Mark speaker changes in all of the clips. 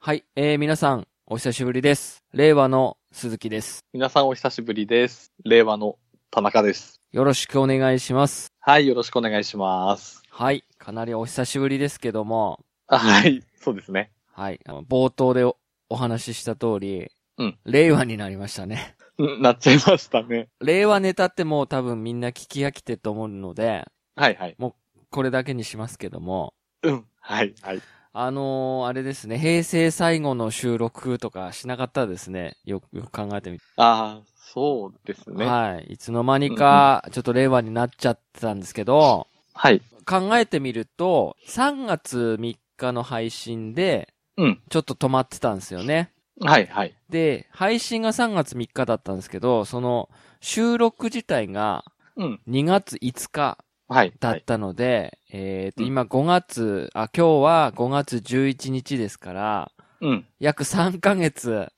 Speaker 1: はい、えー、皆さん、お久しぶりです。令和の鈴木です。
Speaker 2: 皆さんお久しぶりです。令和の田中です。
Speaker 1: よろしくお願いします。
Speaker 2: はい、よろしくお願いします。
Speaker 1: はい、かなりお久しぶりですけども、
Speaker 2: はい、そうですね。
Speaker 1: はい、あの冒頭でおお話しした通り、
Speaker 2: うん
Speaker 1: 令和になりましたね。
Speaker 2: うんなっちゃいましたね。
Speaker 1: 令和ネタってもう多分みんな聞き飽きてると思うので、
Speaker 2: はいはい。
Speaker 1: これだけにしますけども、
Speaker 2: うん。はい、はい。
Speaker 1: あのー、あれですね、平成最後の収録とかしなかったですね。よく、よく考えてみて。
Speaker 2: ああ、そうですね。は
Speaker 1: はい。いつの間にか、ちょっと令和になっちゃってたんですけど、
Speaker 2: い。
Speaker 1: 考えてみると、3月3日の配信で、
Speaker 2: うん。
Speaker 1: ちょっと止まってたんですよね。
Speaker 2: はい、はい。
Speaker 1: で、配信が3月3日だったんですけど、その、収録自体が
Speaker 2: うん。
Speaker 1: 2月5日
Speaker 2: はい。
Speaker 1: だ
Speaker 2: は
Speaker 1: っ
Speaker 2: い。
Speaker 1: たので、えっと、
Speaker 2: うん
Speaker 1: 今5月、あ、今日は5月11日ですから、
Speaker 2: うん。
Speaker 1: 約3ヶ月、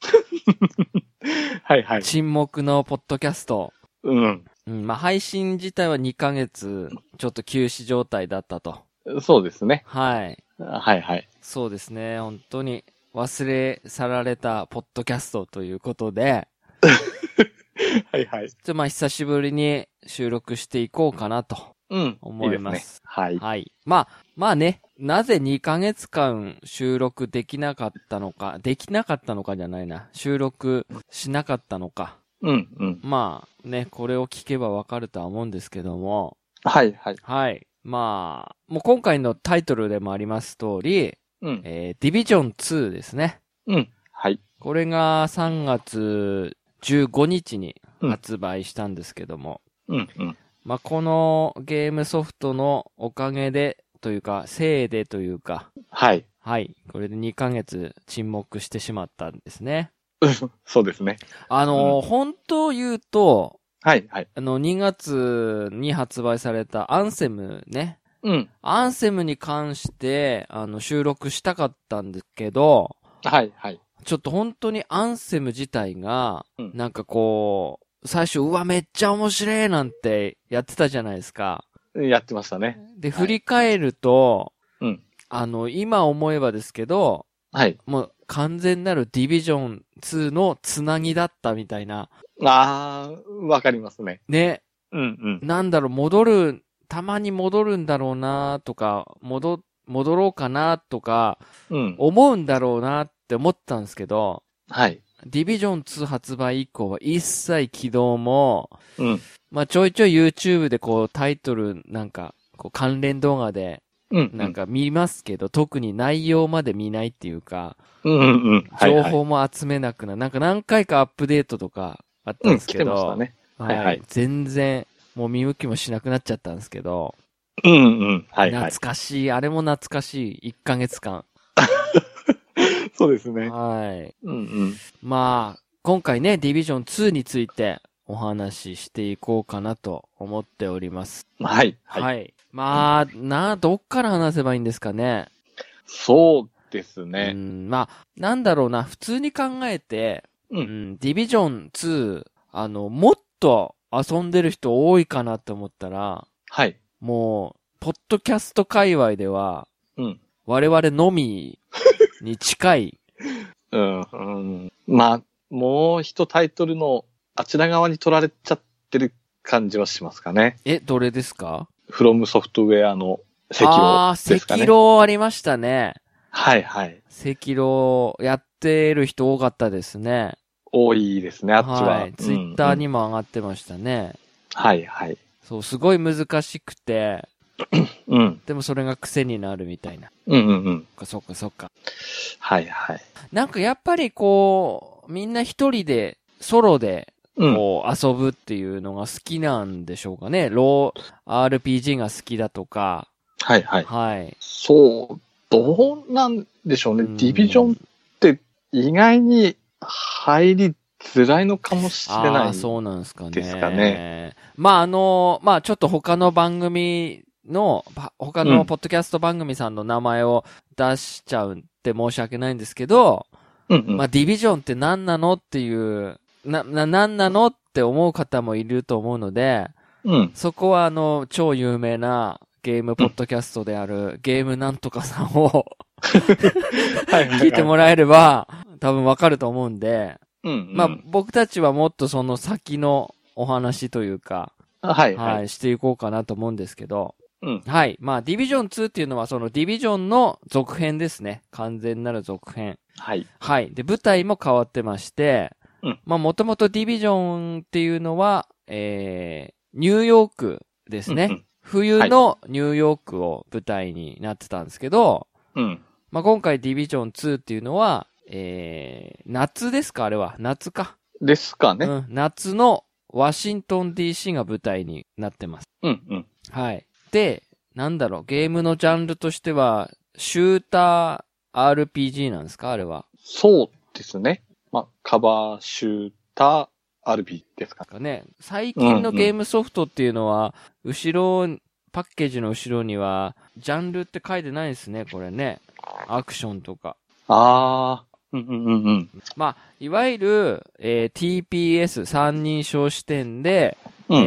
Speaker 2: はい、はい。
Speaker 1: 沈黙のポッドキャスト。
Speaker 2: うん。
Speaker 1: うん、まあ、配信自体は2ヶ月、ちょっと休止状態だったと。
Speaker 2: そうですね。
Speaker 1: はい。
Speaker 2: はい、はい。
Speaker 1: そうですね、本当に忘れ去られたポッドキャストということで、
Speaker 2: はい、はい。
Speaker 1: ちょっとまあ久しぶりに収録していこうかなと。
Speaker 2: うん。
Speaker 1: 思います
Speaker 2: いですね。はい。
Speaker 1: はい。まあ、まあね、なぜ2ヶ月間収録できなかったのか、できなかったのかじゃないな、収録しなかったのか。
Speaker 2: うん、うん。
Speaker 1: まあね、これを聞けばわかるとは思うんですけども、
Speaker 2: はい、はい。
Speaker 1: はい。まあ、もう今回のタイトルでもあります通り、
Speaker 2: うん。
Speaker 1: えー、ディビジョン2ですね。
Speaker 2: うん。はい。
Speaker 1: これが3月15日に発売したんですけども、
Speaker 2: うん、うん。
Speaker 1: まあ、このゲームソフトのおかげで、というか、せいでというか、
Speaker 2: はい。
Speaker 1: はい。これで2ヶ月沈黙してしまったんですね。
Speaker 2: そうですね。
Speaker 1: あのー本当言うと、
Speaker 2: はい、はい。
Speaker 1: あの、2月に発売されたアンセムね。
Speaker 2: うん。
Speaker 1: アンセムに関して、あの、収録したかったんですけど、
Speaker 2: はい、はい。
Speaker 1: ちょっと本当にアンセム自体が、
Speaker 2: うん
Speaker 1: なんかこう、最初、うわ、めっちゃ面白いなんてやってたじゃないですか。
Speaker 2: やってましたね。
Speaker 1: で、
Speaker 2: は
Speaker 1: 振
Speaker 2: い
Speaker 1: り返ると、
Speaker 2: うん。
Speaker 1: あの、今思えばですけど、
Speaker 2: はい。
Speaker 1: もう完全なるディビジョン2のつなぎだったみたいな。
Speaker 2: ああ、わかりますね。
Speaker 1: ね、
Speaker 2: うん
Speaker 1: なんだろう、戻る、たまに戻るんだろうなとか、戻、戻ろうかなとか、
Speaker 2: うん。うん。
Speaker 1: 思うんだろうなって思ったんですけど、
Speaker 2: はい。
Speaker 1: ディビジョン2発売以降は一切起動も、
Speaker 2: うん。
Speaker 1: まあちょいちょい YouTube でこうタイトルなんか、こう関連動画で
Speaker 2: うん。
Speaker 1: なん。か見ますけど、特に内容まで見ないっていうか、
Speaker 2: うんうんうん。はい
Speaker 1: 情
Speaker 2: はい。
Speaker 1: 報も集めなくな、なんか何回かアップデートとかあった
Speaker 2: うんん、
Speaker 1: です
Speaker 2: 来
Speaker 1: け
Speaker 2: てまし
Speaker 1: ど、
Speaker 2: たね。はいはい
Speaker 1: 全然もう見向きもしなくなっちゃったんですけど、
Speaker 2: うんうん。はいはい。
Speaker 1: 懐かしい、あれも懐かしい、1ヶ月間。
Speaker 2: そうですね。
Speaker 1: はい。
Speaker 2: うんうん。
Speaker 1: まあ、今回ね、ディビジョン2についてお話ししていこうかなと思っております。
Speaker 2: はい。
Speaker 1: はい。
Speaker 2: はい。
Speaker 1: まあ、な、どっから話せばいいんですかね。
Speaker 2: そうです
Speaker 1: う
Speaker 2: ね。
Speaker 1: ん、まあ、なんだろうな、普通に考えて、
Speaker 2: う。
Speaker 1: うんん、ディビジョン2、あの、もっと遊んでる人多いかなと思ったら、
Speaker 2: はい。
Speaker 1: もう、ポッドキャスト界隈では、
Speaker 2: うん。
Speaker 1: 我々のみに近い、
Speaker 2: うんうん。まあ、もう一タイトルのあちら側に取られちゃってる感じはしますかね。
Speaker 1: え、どれですか
Speaker 2: フロムソフトウェアの赤
Speaker 1: ああ
Speaker 2: 狼
Speaker 1: ー、
Speaker 2: ですかね
Speaker 1: 赤。狼ありましたね。
Speaker 2: はいはい。
Speaker 1: 赤狼やってる人多かったですね。
Speaker 2: 多いですね、あっちは。
Speaker 1: い。ツイッター
Speaker 2: うんうん。
Speaker 1: にも上がってましたね。
Speaker 2: はいはい。
Speaker 1: そう、すごい難しくて、
Speaker 2: うん。
Speaker 1: でもそれが癖になるみたいな。
Speaker 2: うんうんうん。
Speaker 1: そっかそっかそっか。
Speaker 2: はいはい。
Speaker 1: なんかやっぱりこう、みんな一人で、ソロで、
Speaker 2: うん。
Speaker 1: こう、遊ぶっていうのが好きなんでしょうかね。ロー、RPG が好きだとか、
Speaker 2: はいはい。
Speaker 1: はい。
Speaker 2: そう、どうなんでしょうね。
Speaker 1: うん
Speaker 2: ディビジョンって意外に入りづらいのかもしれ
Speaker 1: あ
Speaker 2: な
Speaker 1: あ、
Speaker 2: い。
Speaker 1: そうなんですかね。
Speaker 2: ですかね
Speaker 1: まあ、あの、まあ、ちょっと他の番組の、ば他
Speaker 2: う
Speaker 1: の
Speaker 2: ん
Speaker 1: ポッドキャスト番組さんの名前を出しちゃうって申し訳ないんですけど、
Speaker 2: うんうん
Speaker 1: まあ、ディビジョンって何なのっていう、な、な、何なのって思う方もいると思うので、
Speaker 2: うん。
Speaker 1: そこはあの、超有名なゲームポッドキャストである、ゲームなんとかさんを
Speaker 2: はいはは
Speaker 1: 聞いてもらえれば、多分わかると思うんで、
Speaker 2: うんうん。
Speaker 1: まあ、僕たちはもっとその先のお話というか、
Speaker 2: あ、はい、は。
Speaker 1: はいい、していこうかなと思うんですけど、
Speaker 2: うん。
Speaker 1: はい。まあ、ディビジョン2っていうのはそのディビジョンの続編ですね。完全なる続編。
Speaker 2: はい。
Speaker 1: はい。で、舞台も変わってまして、
Speaker 2: うん
Speaker 1: まあ、もともとディビジョンっていうのは、えー、ニューヨークですね。
Speaker 2: うん
Speaker 1: 冬のニューヨークを舞台になってたんですけど、
Speaker 2: うん。うん
Speaker 1: まあ、今回ディビジョン2っていうのは、えー、夏ですかあれは。夏か。
Speaker 2: ですかね。
Speaker 1: うん。夏のワシントン DC が舞台になってます。
Speaker 2: うん、うん。
Speaker 1: はい。で、なんだろう、ゲームのジャンルとしては、シューター RPG なんですかあれは。
Speaker 2: そうですね。まあ、カバー、シューター、RB ですかね。
Speaker 1: かね。最近のゲームソフトっていうのは、後ろ、パッケージの後ろには、ジャンルって書いてないですね、これね。アクションとか。
Speaker 2: あー。うん、うん、うん、うん。
Speaker 1: まあ、いわゆる、えー TPS 三人称視点で、
Speaker 2: うん、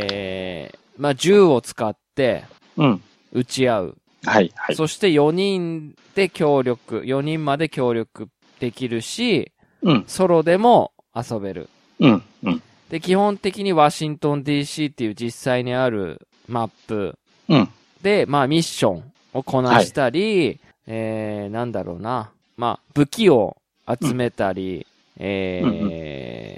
Speaker 1: えーまあ、銃を使って
Speaker 2: うん。
Speaker 1: 撃ち合う
Speaker 2: はい、はい。
Speaker 1: そして4人で協力、4人まで協力できるし、
Speaker 2: うん、
Speaker 1: ソロでも遊べる。
Speaker 2: うん、うん。
Speaker 1: で、基本的にワシントン DC っていう実際にあるマップ
Speaker 2: うん、
Speaker 1: で、まあミッションをこなしたり、えー、なんだろうな。まあ武器を集めたり、え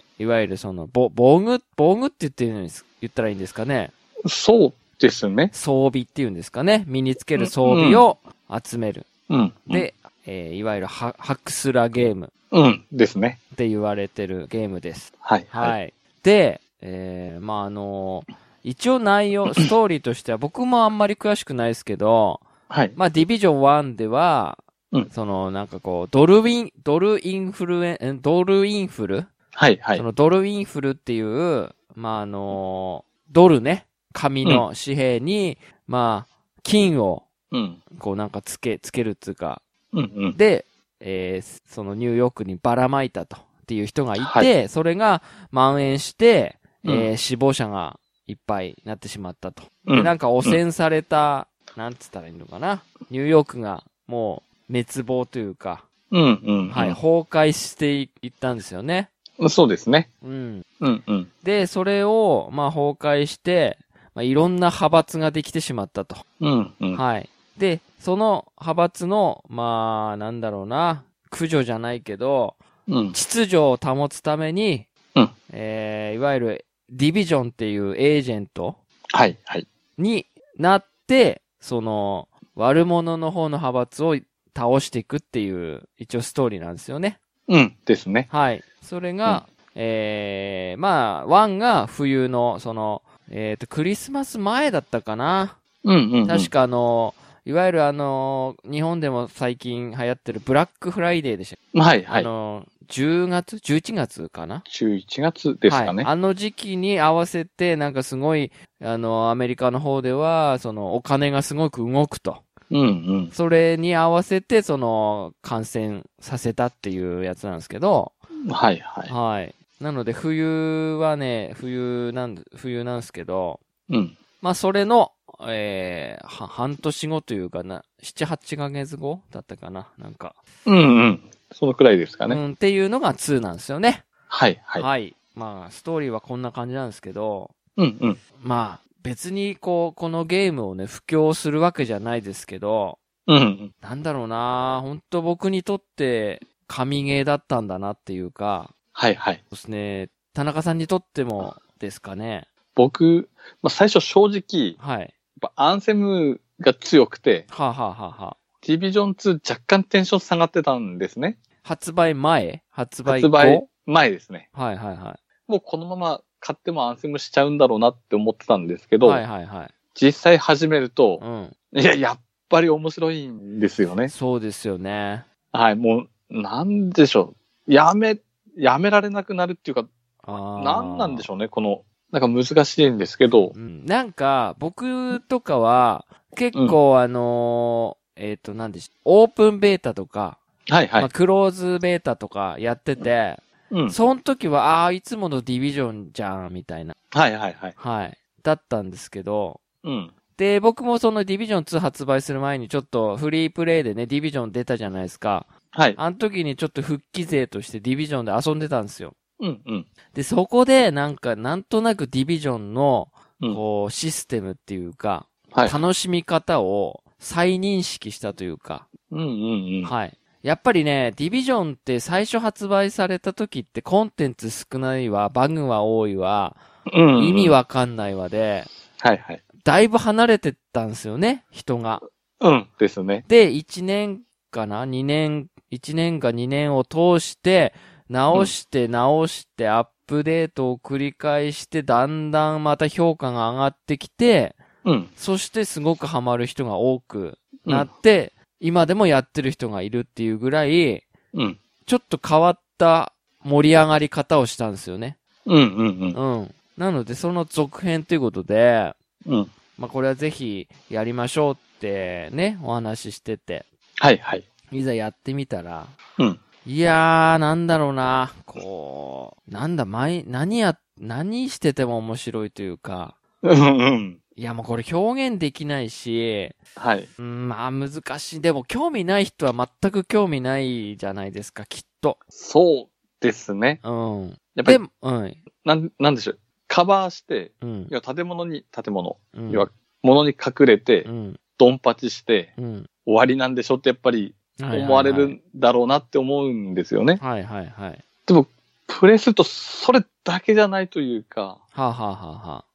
Speaker 1: ーいわゆるその、ぼ防具、防具って言ってるんです、言ったらいいんですかね。
Speaker 2: そうですね。
Speaker 1: 装備っていうんですかね。身につける装備を集める。
Speaker 2: うん。うん、
Speaker 1: で、えーいわゆるハハクスラゲーム
Speaker 2: うん、ですね。
Speaker 1: って言われてるゲームです。
Speaker 2: はい、
Speaker 1: はい。
Speaker 2: はい。
Speaker 1: で、えーまあ、あのー一応内容、ストーリーとしては僕もあんまり詳しくないですけど、
Speaker 2: はい。
Speaker 1: まあ、ディビジョン1では、
Speaker 2: うん
Speaker 1: その、なんかこう、ドルイン、ドルインフルエンん、ドルインフル、
Speaker 2: はい、はい
Speaker 1: そ。のドルインフルっていう、まあ、あのードルね、紙の紙幣に、まあ、金を、
Speaker 2: うん、
Speaker 1: こうなんかつけ、つけるっていうか、
Speaker 2: うん、うん。
Speaker 1: で、えーそのニューヨークにばらまいたと、っていう人がいて、
Speaker 2: は
Speaker 1: それが蔓延して、えー
Speaker 2: うん
Speaker 1: 死亡者がいっぱいなってしまったと。
Speaker 2: う
Speaker 1: で、
Speaker 2: ん
Speaker 1: なんか汚染された、なんつったらいいのかな。ニューヨークがもう滅亡というか、
Speaker 2: うん、うん。
Speaker 1: はい、崩壊していったんですよね。
Speaker 2: い。そうですね。
Speaker 1: うん。
Speaker 2: うん、うん。
Speaker 1: で、それを、まあ崩壊して、まあ、いろんな派閥ができてしまったと。
Speaker 2: うん、うん。
Speaker 1: はい。で、その派閥の、まあ、なんだろうな、駆除じゃないけど、
Speaker 2: うん、
Speaker 1: 秩序を保つために、
Speaker 2: うん
Speaker 1: えーいわゆるディビジョンっていうエージェント
Speaker 2: はい、はい。
Speaker 1: になって、その、悪者の方の派閥を倒していくっていう、一応ストーリーなんですよね。
Speaker 2: うん、ですね。
Speaker 1: はい。それが、えーまあ、ワンが冬の、その、えっ、と、クリスマス前だったかな。
Speaker 2: うん、うんうん。
Speaker 1: 確かあの、いわゆるあの、日本でも最近流行ってるブラックフライデーでしたっけ。
Speaker 2: はい、は
Speaker 1: あ
Speaker 2: い。
Speaker 1: の、10月 ?11 月かな
Speaker 2: 11月ですかね。
Speaker 1: はい。あの時期に合わせて、なんかすごい、あの、アメリカの方では、その、お金がすごく動くと。
Speaker 2: うん、うん。
Speaker 1: それに合わせて、その、感染させたっていうやつなんですけど、
Speaker 2: はい、はい。
Speaker 1: はい。なので、冬はね、冬なん、冬なんですけど、
Speaker 2: うん。
Speaker 1: まあ、それの、えー、は半年後というかな、7、8ヶ月後だったかな、なんか。
Speaker 2: うん、うん。そのくらいですか
Speaker 1: う
Speaker 2: ね。
Speaker 1: ん、っていうのが2なんですよね。
Speaker 2: はい、はい。
Speaker 1: はい。まあ、ストーリーはこんな感じなんですけど、
Speaker 2: うん、うん。
Speaker 1: まあ、別にこう、このゲームをね、布教するわけじゃないですけど、
Speaker 2: うん。
Speaker 1: なんだろうな本当僕にとって、神ゲーだったんだなっていうか、
Speaker 2: はい、はい。
Speaker 1: そうですね、田中さんにとってもですかね。
Speaker 2: 僕、まあ、最初正直、やっ
Speaker 1: はい。
Speaker 2: ぱアンセムが強くて、
Speaker 1: はあ、はあはあはあ、
Speaker 2: ディビジョン2若干テンション下がってたんですね。
Speaker 1: 発売前発売後
Speaker 2: 発売前ですね。
Speaker 1: はいはいは
Speaker 2: もうこのまま買ってもアンセムしちゃうんだろうなって思ってたんですけ
Speaker 1: い。
Speaker 2: ど、
Speaker 1: はいはいはい。
Speaker 2: 実際始めると
Speaker 1: う、ん。
Speaker 2: いや、やっぱり面白いんですよね。
Speaker 1: そうですよね。
Speaker 2: はい、もう、なんでしょう。やめ、やめられなくなるっていうか、な
Speaker 1: なん
Speaker 2: なんでし
Speaker 1: ょ
Speaker 2: ょうね、この、なんか難しいんですけど、
Speaker 1: ん、なんか、僕とかは、結構あのーえっ、と、なんでしょう、オープンベータとか、
Speaker 2: はいはい。
Speaker 1: まあ、クローズベータとかやってて、
Speaker 2: うん。
Speaker 1: その時は、ああー、いつものディビジョンじゃん、みたいな。
Speaker 2: はいはいはい。
Speaker 1: はい。だったんですけど、
Speaker 2: うん。
Speaker 1: で、僕もそのディビジョン2発売する前にちょっとフリープレイでね、ディビジョン出たじゃないですか。
Speaker 2: はい。
Speaker 1: あの時にちょっと復帰勢としてディビジョンで遊んでたんですよ。
Speaker 2: うんうん。
Speaker 1: で、そこでなんか、なんとなくディビジョンの、
Speaker 2: うん
Speaker 1: こう、システムっていうか、
Speaker 2: はい。
Speaker 1: 楽しみ方を再認識したというか、
Speaker 2: うんうんうん。
Speaker 1: はい。やっぱりね、ディビジョンって最初発売された時ってコンテンツ少ないわ、バグは多いわ、
Speaker 2: うんうん
Speaker 1: 意味。わかんないわで、
Speaker 2: はいはい。
Speaker 1: だいぶ離れてったんですよね、人が。
Speaker 2: うん。ですね。
Speaker 1: で、1年かな ?2 年、1年か2年を通して、直して直してアップデートを繰り返して、だんだんまた評価が上がってきて、
Speaker 2: うん。
Speaker 1: そしてすごくハマる人が多く
Speaker 2: う
Speaker 1: なっ
Speaker 2: ん。
Speaker 1: て、今でもやってる人がいるっていうぐらい、
Speaker 2: うん。
Speaker 1: ちょっと変わった盛り上がり方をしたんですよね。
Speaker 2: うんうん
Speaker 1: うん。なので、その続編ということで、
Speaker 2: うん。うん。
Speaker 1: まあ、これはぜひやりましょうってね、お話ししてて、
Speaker 2: はいはい。
Speaker 1: いざやってみたら、
Speaker 2: うん。
Speaker 1: いやー、なんだろうな。こう、なんだ、前、何や、何してても面白いというか、
Speaker 2: うんうん。
Speaker 1: いや、もうこれ表現できないし、
Speaker 2: はい。
Speaker 1: うん、まあ難しい。でも興味ない人は全く興味ないじゃないですか、きっと。
Speaker 2: そうですね。
Speaker 1: うん。
Speaker 2: やっぱ
Speaker 1: で
Speaker 2: り、
Speaker 1: も、うん、
Speaker 2: なん、なんでしょう。カバーして、
Speaker 1: うん
Speaker 2: い。や、建物に、建物、
Speaker 1: うん
Speaker 2: 要は、物に隠れて
Speaker 1: う、ん、
Speaker 2: ドンパチして、
Speaker 1: うん。
Speaker 2: 終わりなんでしょってやっぱり
Speaker 1: はいはいはい
Speaker 2: 思われるんだろうなって思うんですよね。
Speaker 1: はいはいはい。
Speaker 2: でも、プレイするとそれだけじゃないというか、
Speaker 1: はあ、はあはあはあ、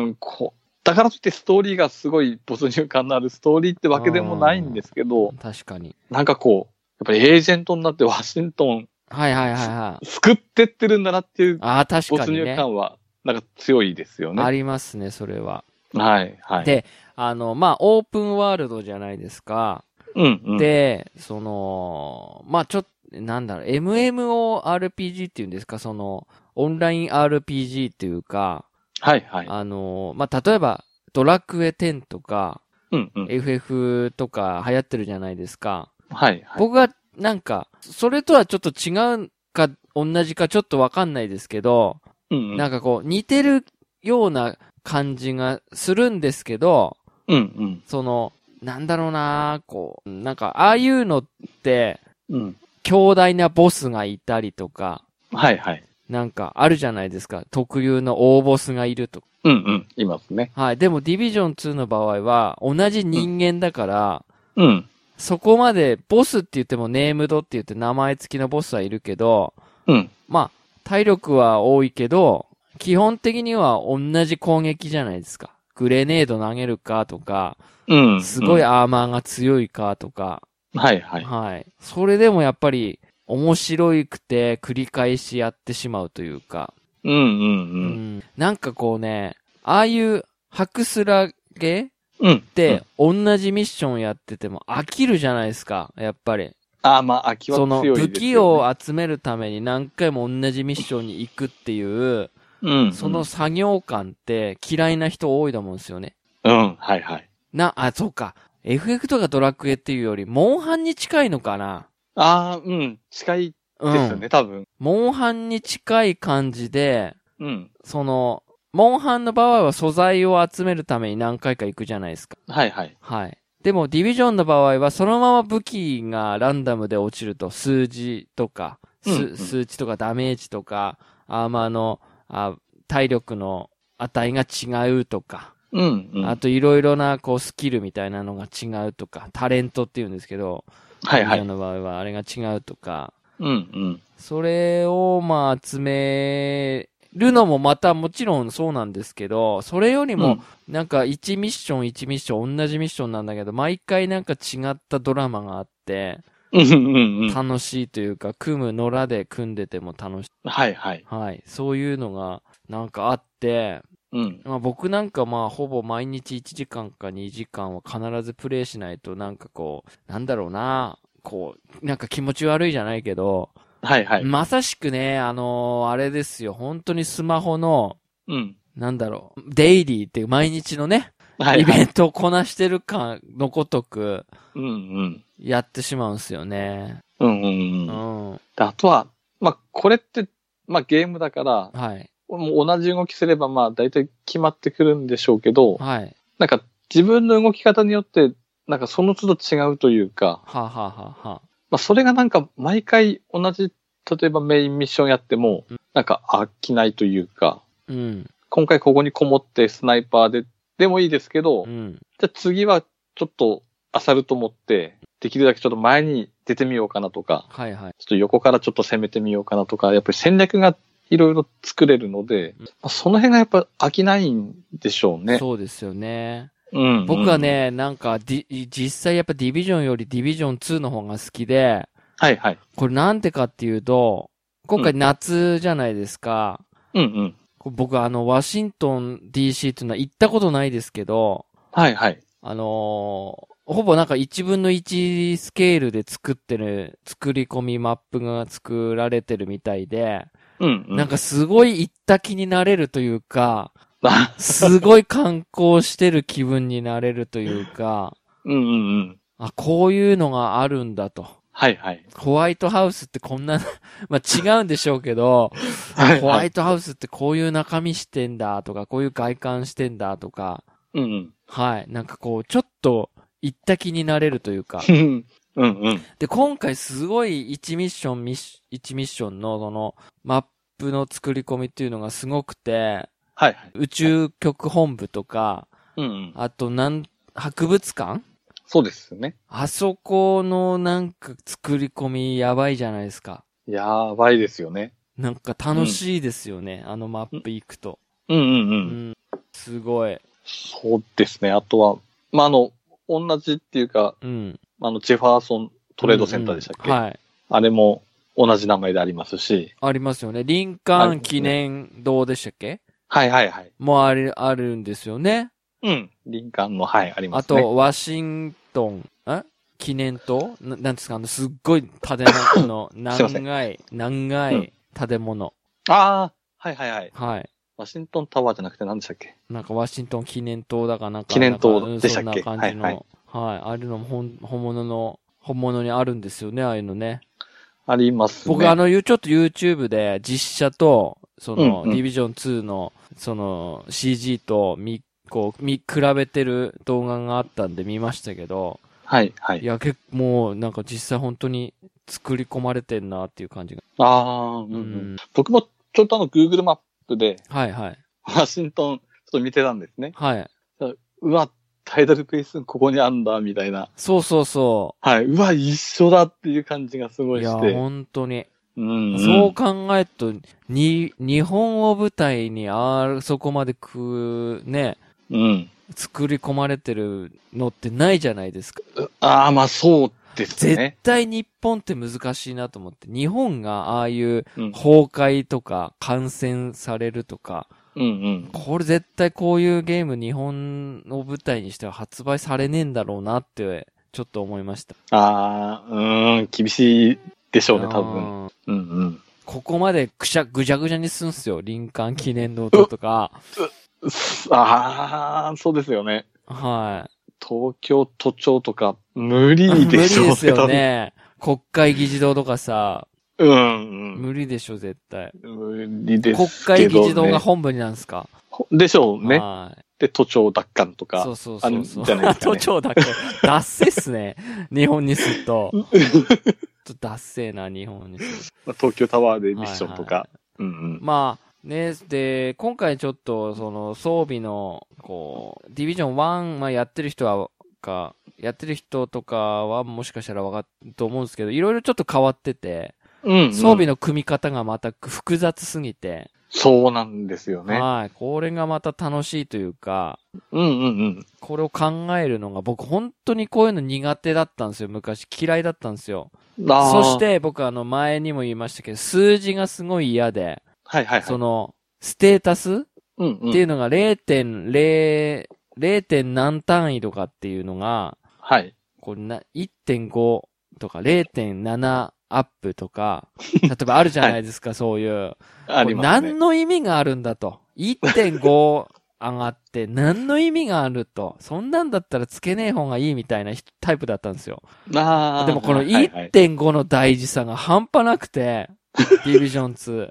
Speaker 2: うん、こう、だからといってストーリーがすごい没入感のあるストーリーってわけでもないんですけど、
Speaker 1: 確かに。
Speaker 2: なんかこう、やっぱりエージェントになってワシントン
Speaker 1: はいはいはいはい。
Speaker 2: 救ってってるんだなっていう
Speaker 1: ああ、確か
Speaker 2: 没
Speaker 1: に
Speaker 2: 入
Speaker 1: ね。
Speaker 2: 感は、なんか強いですよね。
Speaker 1: あ
Speaker 2: はい、
Speaker 1: りますね、それは。
Speaker 2: はい。
Speaker 1: であの、まあ、オープンワールドじゃないですか。
Speaker 2: うん、うん。
Speaker 1: で、その、まあ、ちょっと、なんだろう、MMORPG っていうんですか、その、オンライン RPG っていうか、
Speaker 2: はい、はい。
Speaker 1: あの、まあ、例えば、ドラクエ10とか、
Speaker 2: うん、うん。
Speaker 1: FF とか流行ってるじゃないですか。
Speaker 2: はい、はい。
Speaker 1: 僕は、なんか、それとはちょっと違うか、同じかちょっとわかんないですけど、
Speaker 2: うん、うん
Speaker 1: なんかこう、似てるような感じがするんですけど、
Speaker 2: うん、
Speaker 1: その、なんだろうなこう、なんか、ああいうのって、
Speaker 2: うん。うん。
Speaker 1: 強大なボスがいたりとか、
Speaker 2: はい、はい。
Speaker 1: なんかあるじゃないですか。特有の大ボスがいるとか。
Speaker 2: うん、うん。いますね。
Speaker 1: はい。でもディビジョン2の場合は、同じ人間だから、
Speaker 2: うん。
Speaker 1: そこまでボスって言ってもネームドって言って名前付きのボスはいるけど、
Speaker 2: うん。
Speaker 1: まあ、体力は多いけど、基本的には同じ攻撃じゃないですか。グレネード投げるかとか、
Speaker 2: うん。
Speaker 1: すごい
Speaker 2: うん
Speaker 1: アーマーが強いかとか、
Speaker 2: はい、はい。
Speaker 1: はい。それでもやっぱり面白くて繰り返しやってしまうというか、
Speaker 2: うん、う、
Speaker 1: うんん。なんかこうね、ああいうハクスラゲ
Speaker 2: うん。うん。
Speaker 1: っ、て同じミッションやってても飽きるじゃないですか、やっぱり。
Speaker 2: ああ、まあ、秋は
Speaker 1: その
Speaker 2: 強い
Speaker 1: 武
Speaker 2: です
Speaker 1: 器
Speaker 2: よ、ね。
Speaker 1: を集めるために何回も同じミッションに行くっていう、
Speaker 2: うん、うん。
Speaker 1: その、作業感って嫌いな人多いと思うんですよね。
Speaker 2: うん、はい、はい。
Speaker 1: な、あ、そうか。FF とかドラクエっていうより、モンハンに近いのかな
Speaker 2: ああ、うん。近い
Speaker 1: うん。
Speaker 2: ですよね、多分。
Speaker 1: モンハンに近い感じで、
Speaker 2: うん。
Speaker 1: その、モンハンの場合は素材を集めるために何回か行くじゃないですか。
Speaker 2: はい、はい。
Speaker 1: はい。でも、ディビジョンの場合は、そのまま武器がランダムで落ちると、数字とか、す
Speaker 2: うんうん
Speaker 1: 数値とかダメージとか、アーマーの、あ体力の値が違うとか、
Speaker 2: うん、うん。
Speaker 1: あといろいろな、こう、スキルみたいなのが違うとか、タレントっていうんですけど、
Speaker 2: はい、は
Speaker 1: ディビジョンの
Speaker 2: い。
Speaker 1: 場合はあれが違うとか、
Speaker 2: うん、うん。
Speaker 1: それを、まあ、集めるのもまたもちろんそうなんですけど、それよりも、なんか1ミッション1ミッション同じミッションなんだけど、毎回なんか違ったドラマがあって、
Speaker 2: うん、うん、うん。
Speaker 1: 楽しいというか、組む野良で組んでても楽しい。
Speaker 2: はい、はい。
Speaker 1: はい。そういうのが、なんかあって、
Speaker 2: うん。
Speaker 1: まあ僕なんかまあほぼ毎日1時間か2時間は必ずプレイしないとなんかこう、なんだろうな、こう、なんか気持ち悪いじゃないけど、
Speaker 2: はい、はい。
Speaker 1: まさしくね、あのーあれですよ、本当にスマホの、
Speaker 2: うん。
Speaker 1: なんだろう、デイリーっていう毎日のね、
Speaker 2: はい、
Speaker 1: イ
Speaker 2: は
Speaker 1: ベン
Speaker 2: い。
Speaker 1: トをこなしてる感のごとく、
Speaker 2: うん、うん。
Speaker 1: やってしまうんですよね。
Speaker 2: うん、うん、
Speaker 1: う
Speaker 2: う
Speaker 1: ん。
Speaker 2: ん。
Speaker 1: は
Speaker 2: であとは、まあ、これって、まあ、ゲームだから、
Speaker 1: い。
Speaker 2: もう同じ動きすれば、まあ、大体決まってくるんでしょうけど、
Speaker 1: はい。
Speaker 2: なんか、自分の動き方によって、なんかその都度違うというか、
Speaker 1: はあ、はあはあはあ、
Speaker 2: まあそれがなんか毎回同じ、例えばメインミッションやっても
Speaker 1: う、
Speaker 2: なんか飽きないというか、
Speaker 1: うん。
Speaker 2: 今回ここにこもってスナイパーで、でもいいですけど、
Speaker 1: うん。
Speaker 2: じゃあ次はちょっとアサルト持って、できるだけちょっと前に出てみようかなとか、
Speaker 1: はいはい。
Speaker 2: ちょっと横からちょっと攻めてみようかなとか、やっぱり戦略がいろいろ作れるので、
Speaker 1: うん
Speaker 2: まあその辺がやっぱ飽きないんでしょうね。
Speaker 1: そうですよね。
Speaker 2: うん
Speaker 1: 僕は、ね、なんか、ディ実際やっぱディビジョンよりディビジョン2の方が好きで、
Speaker 2: はいはい。
Speaker 1: これなんてかっていうと、今回夏じゃないですか。
Speaker 2: うんうん。
Speaker 1: こう僕あの、ワシントン DC っていうのは行ったことないですけど、
Speaker 2: はいはい。
Speaker 1: あのーほぼなんか1分の1スケールで作ってる、作り込みマップが作られてるみたいで、
Speaker 2: うん、うん。
Speaker 1: なん かすごい行った気になれるというか、
Speaker 2: あ、
Speaker 1: すごい観光してる気分になれるというか、
Speaker 2: うんうんうん。
Speaker 1: あ、こういうのがあるんだと。
Speaker 2: はいはい。
Speaker 1: ホワイトハウスってこんな、 まあ違うんでしょうけど、
Speaker 2: はい
Speaker 1: ホワ
Speaker 2: はい。
Speaker 1: イトハウスってこういう中身してんだとか、こういう外観してんだとか、
Speaker 2: うん
Speaker 1: はい。なんかこう、ちょっと行った気になれるというか
Speaker 2: う。ん。うんうん。
Speaker 1: で、今回すごい1ミッションミッシ、1ミッションのその、マップの作り込みっていうのがすごくて、
Speaker 2: はいはい。
Speaker 1: 宇宙局本部とか、
Speaker 2: うんうん。
Speaker 1: あとなん、博物館
Speaker 2: そうですね。
Speaker 1: あそこのなんか作り込みやばいじゃないですか。
Speaker 2: やばいですよね。
Speaker 1: なんか楽しいですよね。あのマップ行くと。
Speaker 2: うんうんう。
Speaker 1: うんん。すごい。
Speaker 2: そうですね。あとは、まあ、あの、同じっていうか、
Speaker 1: うん。
Speaker 2: あの、ジェファーソントレードセンターでしたっけ、
Speaker 1: うんうんはい。
Speaker 2: あれも同じ名前でありますし。
Speaker 1: ありますよね。林間
Speaker 2: ありますね
Speaker 1: 記念堂でしたっけ
Speaker 2: はいはいはい。
Speaker 1: もうあれ、あるんですよね。
Speaker 2: うん。林間の、はい、ありま
Speaker 1: あ
Speaker 2: すね。
Speaker 1: と、ワシントン、ん記念塔ななんですかあの、すっごい建物の、
Speaker 2: すいません
Speaker 1: 長い、長い建物。
Speaker 2: と、ああ、はいはいはい。
Speaker 1: はい。
Speaker 2: ワシントンタワーじゃなくて何でしたっけ
Speaker 1: なんか、ワシントン記念塔だかなんか。
Speaker 2: 記念
Speaker 1: なん
Speaker 2: 塔
Speaker 1: かうん
Speaker 2: でしたっけ
Speaker 1: そんな感じの。は
Speaker 2: はいい、
Speaker 1: あるのも本、本物の、本物にあるんですよね、ああいうのね。
Speaker 2: ありますね。
Speaker 1: 僕、あの、ゆちょっと YouTube で実写と、その、
Speaker 2: うんうん
Speaker 1: ディビジョン2の、その、CG と、み、こう、見、比べてる動画があったんで見ましたけど、
Speaker 2: はいはいい。
Speaker 1: や、結構、もう、なんか実際本当に作り込まれてんなっていう感じが。
Speaker 2: ああ、うん
Speaker 1: う
Speaker 2: うんん。。僕もちょっとあの、Google マップで、
Speaker 1: はいはい。
Speaker 2: ワシントン、ちょっと見てたんですね。
Speaker 1: はい。
Speaker 2: うわ、タイトルクエスチョンここにあんだ、みたいな。
Speaker 1: そうそうそ
Speaker 2: はい。うわ、一緒だっていう感じがすご
Speaker 1: う。
Speaker 2: い
Speaker 1: いや、
Speaker 2: して。
Speaker 1: 本当に。
Speaker 2: うん、うん。
Speaker 1: そう考えると、に、日本を舞台に、あーそこまでく、ね、
Speaker 2: うん。
Speaker 1: 作り込まれてるのってないじゃないですか。
Speaker 2: ああ、まあそうです
Speaker 1: 絶
Speaker 2: ね。
Speaker 1: 対日本って難しいなと思って。日本がああいう
Speaker 2: うん
Speaker 1: 崩壊とか感染されるとか、
Speaker 2: うんうん。
Speaker 1: これ絶対こういうゲーム日本を舞台にしては発売されねえんだろうなって、ちょっと思いました。
Speaker 2: ああ、うーん、厳しいでしょうね、多分。
Speaker 1: 分。
Speaker 2: うんうん。
Speaker 1: ここまでくしゃ、ぐじゃぐじゃにすんすよ。林間記念堂と か。
Speaker 2: うっす ああ、そうですよね。
Speaker 1: はい。
Speaker 2: 東京都庁とか、無理
Speaker 1: 無理
Speaker 2: でしょう
Speaker 1: ですよ。ね。国会議事堂とかさ、
Speaker 2: 多分うん、
Speaker 1: 無理でしょ、絶対。
Speaker 2: うん。無理ですけ
Speaker 1: 国会
Speaker 2: ど、ね。
Speaker 1: 議事堂が本部になんですか
Speaker 2: でしょうね。
Speaker 1: はい。
Speaker 2: で、都庁奪還と
Speaker 1: そ
Speaker 2: か。
Speaker 1: うそう
Speaker 2: あ
Speaker 1: そ
Speaker 2: の
Speaker 1: うそう。
Speaker 2: じゃないですか ね
Speaker 1: 都庁だけ。脱せっすね。日本にすると。ちょっと脱せな、日本にすると。
Speaker 2: まあ東京タワーでミッションとか。うん
Speaker 1: まあ、ね、で、今回ちょっと、その、装備の、こう、ディビジョン1、まあ、やってる人は、か、やってる人とかは、もしかしたらわかると思うんですけど、いろいろちょっと変わってて、
Speaker 2: うん。うん、うん。
Speaker 1: 装備の組み方がまた複雑すぎて、
Speaker 2: そうなんですよね。
Speaker 1: はい、これがまた楽しいというか、
Speaker 2: うんうんうん。
Speaker 1: これを考えるのが、僕本当にこういうの苦手だったんですよ、昔。嫌いだったんですよ。
Speaker 2: あー
Speaker 1: そし、て僕あの前にも言いましたけど、数字がすごい嫌で、
Speaker 2: はいはいはい。
Speaker 1: その、ステータス
Speaker 2: うんうん、
Speaker 1: っていうのが0.0、0. 点何単位とかっていうのが、
Speaker 2: はい。
Speaker 1: こうな、1.5とか0.7アップと か、例えばあるじゃないですか、そういう。
Speaker 2: ありますね
Speaker 1: 何。の意味があるんだと。1.5上がって何の意味があると。そんなんだったらつけねえ方がいいみたいな人タイプだったんですよ。
Speaker 2: あー
Speaker 1: でもこの
Speaker 2: はいはい
Speaker 1: 1.5の大事さが半端なくて、 ディビジョン2。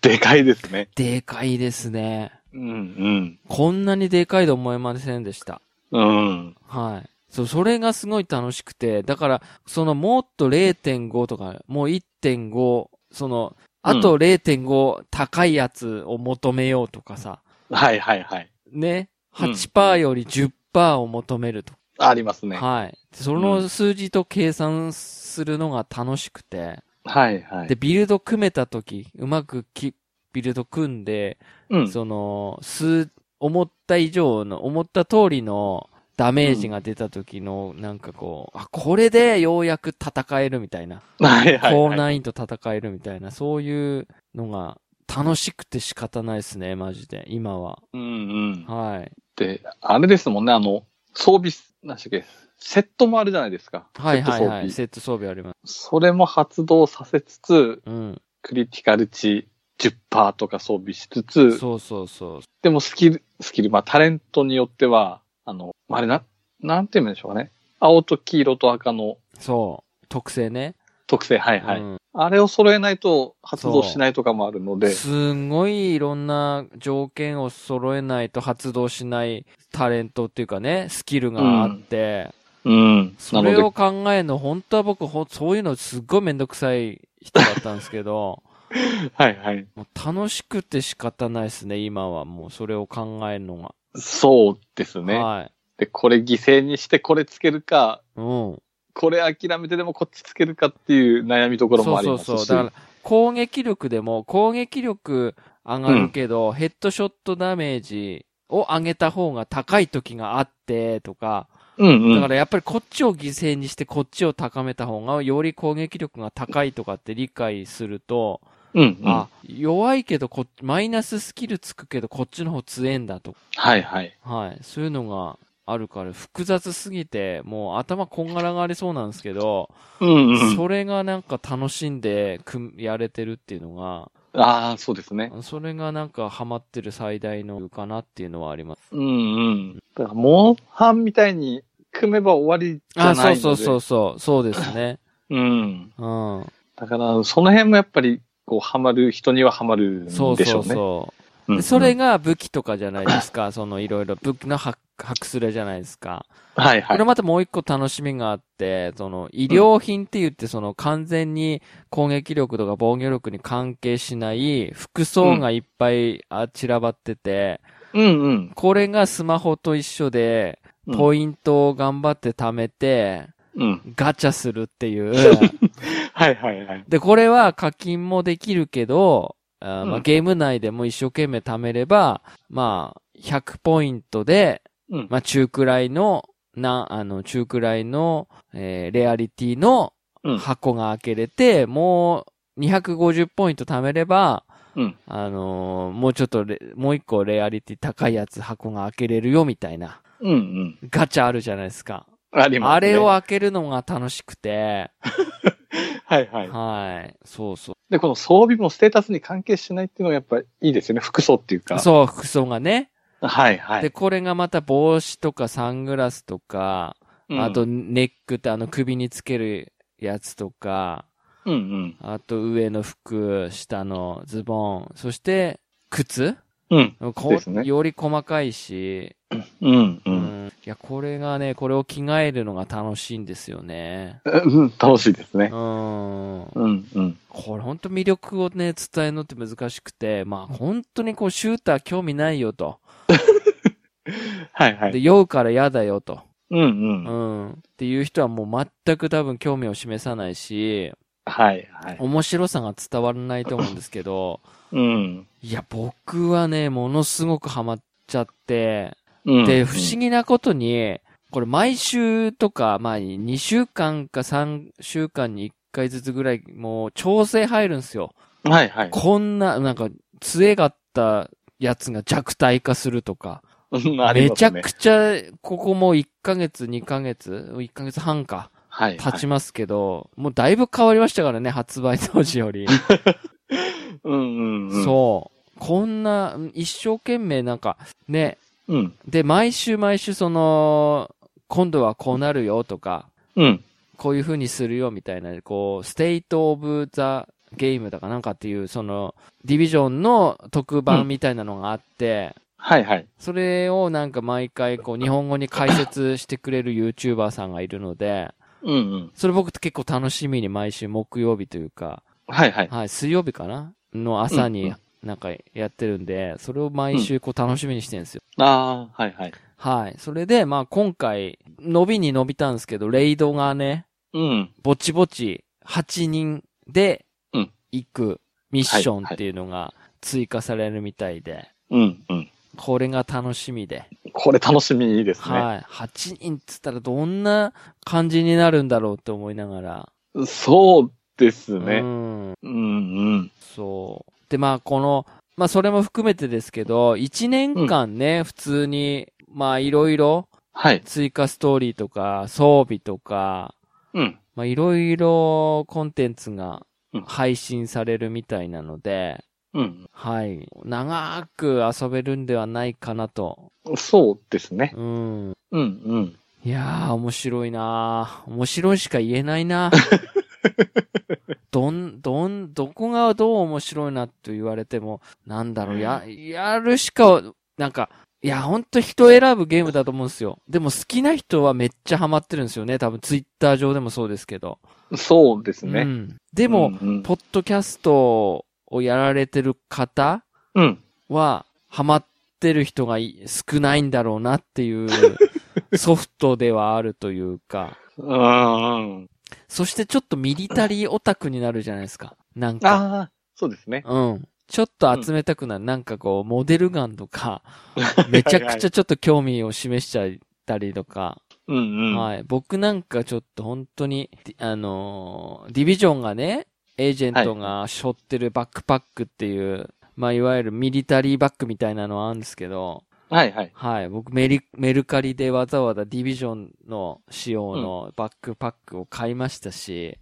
Speaker 2: でかいですね。
Speaker 1: でかいですね。
Speaker 2: うんうん。
Speaker 1: こんなにでかいと思いませんでした。
Speaker 2: うん。
Speaker 1: はい。そう、それがすごい楽しくて、だから、そのもっと0.5とか、もう1.5、その、あと0.5高いやつを求めようとかさ、
Speaker 2: はいはいはい。
Speaker 1: ね、
Speaker 2: うん
Speaker 1: 8%より10%を求めるとか、
Speaker 2: ありますね。は
Speaker 1: はい。その数字と計算するのが楽しくて、
Speaker 2: いはい。
Speaker 1: で、ビルド組めた時、うまくき、ビルド組んで、
Speaker 2: うん。
Speaker 1: その、数、思った以上の、思った通りのダメージが出た時の、なんかこう、あ、これでようやく戦えるみたいな。
Speaker 2: はいはい、
Speaker 1: 高
Speaker 2: はい。
Speaker 1: 難易度戦えるみたいな、そういうのが楽しくて仕方ないですね、マジで、今は。
Speaker 2: うんうん。
Speaker 1: はい。
Speaker 2: で、あれですもんね、あの、装備、何でしたっけ、セットもあるじゃないですか。
Speaker 1: はい
Speaker 2: セット
Speaker 1: は
Speaker 2: 装
Speaker 1: い
Speaker 2: 備。
Speaker 1: はい。セット装備あります。
Speaker 2: それも発動させつつ、
Speaker 1: うん。
Speaker 2: クリティカル値10%とか装備しつつ、
Speaker 1: そうそうそう。
Speaker 2: でもスキル、スキル、まあタレントによっては、あの、あれな、なんて言うんでしょうかね。青と黄色と赤の
Speaker 1: そう。特性ね。
Speaker 2: 特性、はいはい。
Speaker 1: うん
Speaker 2: あれを揃えないと発動しないとかもあるので、
Speaker 1: すんごいいろんな条件を揃えないと発動しないタレントっていうかね、スキルがあって、
Speaker 2: うん。な
Speaker 1: そ
Speaker 2: の
Speaker 1: れ
Speaker 2: で、
Speaker 1: を考えるの、本当は僕、ほんそういうのすっごいめんどくさい人だったんですけど、
Speaker 2: はいはい。
Speaker 1: もう楽しくて仕方ないですね、今は。もうそれを考えるのが。
Speaker 2: そうですね。
Speaker 1: はい。
Speaker 2: で、これ犠牲にしてこれつけるか、
Speaker 1: うん。
Speaker 2: これ諦めてでもこっちつけるかっていう悩みところもありますし。
Speaker 1: そうそうそう。だから、攻撃力でも、攻撃力上がるけど、ヘッドショットダメージを上げた方が高い時があって、とか、
Speaker 2: うんうん。
Speaker 1: だからやっぱりこっちを犠牲にしてこっちを高めた方が、より攻撃力が高いとかって理解すると、
Speaker 2: うんうん。
Speaker 1: あ、弱いけどこっ、マイナススキルつくけどこっちの方強えんだとか、
Speaker 2: はいはい。
Speaker 1: はい。そういうのが、あるから複雑すぎて、もう頭こんがらがりそうなんですけど、
Speaker 2: うんうん。
Speaker 1: それがなんか楽しんでくんやれてるっていうのが、
Speaker 2: ああ、そうですね。
Speaker 1: それがなんかハマってる最大のかなっていうのはあります。
Speaker 2: うんうん。だから、モンハンみたいに組めば終わりじゃ
Speaker 1: あ、
Speaker 2: な
Speaker 1: そ
Speaker 2: いうので。
Speaker 1: そうそうそう、そうですね。
Speaker 2: うん。
Speaker 1: うん。
Speaker 2: だから、その辺もやっぱり、こう、ハマる人にはハマるんでしょ
Speaker 1: そうう
Speaker 2: ね。
Speaker 1: そうそう。
Speaker 2: うんうん
Speaker 1: でそれ、が武器とかじゃないです か。そのいろいろ武器のハックハクスレじゃないですか。
Speaker 2: はいは
Speaker 1: こ
Speaker 2: い
Speaker 1: れ。またもう一個楽しみがあって、その医療品って言ってその完全に攻撃力とか防御力に関係しない服装がいっぱいあ散らばってて、
Speaker 2: うんうん。
Speaker 1: これがスマホと一緒で、
Speaker 2: うん
Speaker 1: ポイントを頑張って貯めて、
Speaker 2: うん。
Speaker 1: ガチャするっていう。
Speaker 2: はいはいはい。
Speaker 1: で、これは課金もできるけど、あーま
Speaker 2: う
Speaker 1: あ、
Speaker 2: ん
Speaker 1: ゲーム内でも一生懸命貯めれば、まあ、100ポイントで、
Speaker 2: うん。
Speaker 1: まあ、中くらいの、な、あの、中くらいの、えーレアリティの
Speaker 2: うん
Speaker 1: 箱が開けれて、もう、250ポイント貯めれば、
Speaker 2: うん
Speaker 1: あのーもうちょっとレ、もう一個レアリティ高いやつ箱が開けれるよ、みたいな。
Speaker 2: うんうん。
Speaker 1: ガチャあるじゃないですか。
Speaker 2: あります、ね。
Speaker 1: あれを。開けるのが楽しくて、
Speaker 2: はいはい。
Speaker 1: はい。そうそ
Speaker 2: で、この装備もステータスに関係しないっていうのがやっぱりいいですよね。服装っていう
Speaker 1: う。
Speaker 2: か。
Speaker 1: そう、服装がね。
Speaker 2: はいはい。
Speaker 1: で、これがまた帽子とかサングラスとか、
Speaker 2: うん
Speaker 1: あと、ネックってあの首につけるやつとか、
Speaker 2: うんうん。
Speaker 1: あと上の服、下のズボン、そして靴
Speaker 2: うん。
Speaker 1: こ
Speaker 2: ですね
Speaker 1: より細かいし、
Speaker 2: うんう。
Speaker 1: うんんいや、これがね、これを着替えるのが楽しいんですよね。
Speaker 2: うん楽しいです
Speaker 1: うん。
Speaker 2: ね。
Speaker 1: こ
Speaker 2: うんうん。
Speaker 1: れ本当魅力をね、伝えるのって難しくて、まあ本当にこうシューター興味ないよと。
Speaker 2: はいはい。
Speaker 1: で、酔うから嫌だよと。
Speaker 2: うんうん。
Speaker 1: うん。っていう人はもう全く多分興味を示さないし、
Speaker 2: はいはい。
Speaker 1: 面白さが伝わらないと思うんですけ ど、
Speaker 2: うん。
Speaker 1: いや、僕はね、ものすごくハマっちゃって、
Speaker 2: うん
Speaker 1: で、不思議なことに、これ毎週とか、まあ、2週間か3週間に1回ずつぐらい、もう調整入るんですよ。
Speaker 2: はいはい。
Speaker 1: こんな、なんか、強かったやつが弱体化するとか、
Speaker 2: うんあり
Speaker 1: め
Speaker 2: ま
Speaker 1: ち
Speaker 2: す
Speaker 1: ゃ
Speaker 2: ね
Speaker 1: くちゃ、ここもう1ヶ月、2ヶ月、1ヶ月半か、
Speaker 2: はいは
Speaker 1: 経ち
Speaker 2: い。
Speaker 1: ますけど、もうだいぶ変わりましたからね、発売当時より。
Speaker 2: うん うんうん。
Speaker 1: そう。こんな、うん一生懸命なんか、ね。
Speaker 2: う。うん。
Speaker 1: で、毎週毎週その、今度はこうなるよとか、
Speaker 2: うん。
Speaker 1: こういう風にするよみたいな、こう、ステイトオブザゲームだかなんかっていう、その、ディビジョンの特番みたいなのがあって、
Speaker 2: はいはい。
Speaker 1: それをなんか毎回こう日本語に解説してくれる YouTuber さんがいるので、
Speaker 2: うんうん。
Speaker 1: それ僕結構楽しみに毎週木曜日というか、
Speaker 2: はいは い。
Speaker 1: はい、水曜日かなの朝
Speaker 2: うんう
Speaker 1: に
Speaker 2: ん
Speaker 1: なんかやってるんで、それを毎週こう楽しみにしてるんですよ。
Speaker 2: ああ、はいはい。
Speaker 1: はい。それで、まあ今回、伸びに伸びたんですけど、レイドがね、
Speaker 2: うん。
Speaker 1: ぼちぼち8人で
Speaker 2: うん
Speaker 1: 行くミッションっていうのが追加されるみたいで、
Speaker 2: うんうん。
Speaker 1: これが楽しみで。
Speaker 2: これ楽しみですね。
Speaker 1: はい。8人っつったらどんな感じになるんだろうって思いながら。
Speaker 2: そうです
Speaker 1: う
Speaker 2: ね。
Speaker 1: ん。
Speaker 2: うんうん。
Speaker 1: そう。で、まあこの、まあそれも含めてですけど、1年間ね、普通に、まあいろいろ
Speaker 2: はい。
Speaker 1: 追加ストーリーとか装備とか、
Speaker 2: うん。
Speaker 1: まあいろいろコンテンツが
Speaker 2: うん
Speaker 1: 配信されるみたいなので、
Speaker 2: うん。
Speaker 1: はい。長く遊べるんではないかなと。
Speaker 2: そうですね。
Speaker 1: うん。
Speaker 2: うんうん。
Speaker 1: いやー、面白いなー。面白いしか言えない などん、どん、どこがどう面白いなって言われても、なんだろう、や、やるしか、なんか、いや、ほんと人選ぶゲームだと思うんですよ。でも好きな人はめっちゃハマってるんですよね。多分ツイッター上でもそうですけど。
Speaker 2: そうです
Speaker 1: う
Speaker 2: ね。
Speaker 1: ん。で
Speaker 2: で
Speaker 1: も、
Speaker 2: うん
Speaker 1: ポッドキャストをやられてる方
Speaker 2: うん、うん。
Speaker 1: は、ハマってる人がい少ないんだろうなっていう、ソフトではあるというか。
Speaker 2: うん。
Speaker 1: そしてちょっとミリタリーオタクになるじゃないですか。なんか。
Speaker 2: ああ、そうですね。
Speaker 1: うん。ちょっと集めたくなる。なんかこう、モデルガンと か、めちゃくちゃちょっと興味を示しちゃったりとか。
Speaker 2: うんうん。
Speaker 1: はい。僕なんかちょっと本当に、ディあのーディビジョンがね、エージェントが背負ってるバックパックっていう、まあ、いわゆるミリタリーバッグみたいなのはあるんですけど、
Speaker 2: はいはい。
Speaker 1: はい。僕メリ、メルカリでわざわざディビジョンの仕様のバックパックを買いましたし、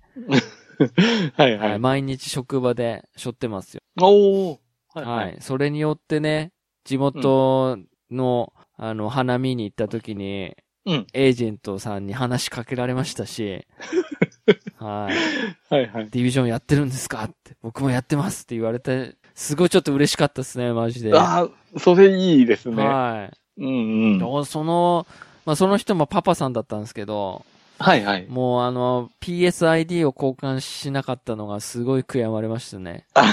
Speaker 2: はいは
Speaker 1: はい、
Speaker 2: い。
Speaker 1: 毎日職場で背負ってますよ。
Speaker 2: おお。は
Speaker 1: はい、それによってね、地元の、あの、花見に行った時に、
Speaker 2: うん
Speaker 1: エージェントさんに話しかけられました し、はい。
Speaker 2: はいはい。
Speaker 1: ディビジョンやってるんですかって、僕もやってますって言われて、すごいちょっと嬉しかったですね、マジで。
Speaker 2: ああ、それいいですね。
Speaker 1: は
Speaker 2: うんう
Speaker 1: い。
Speaker 2: ん。
Speaker 1: どうその、まあ、その人もパパさんだったんですけど、
Speaker 2: はいはい。
Speaker 1: もうあの、PSID を交換しなかったのがすごい悔やまれました ね。
Speaker 2: あ
Speaker 1: はい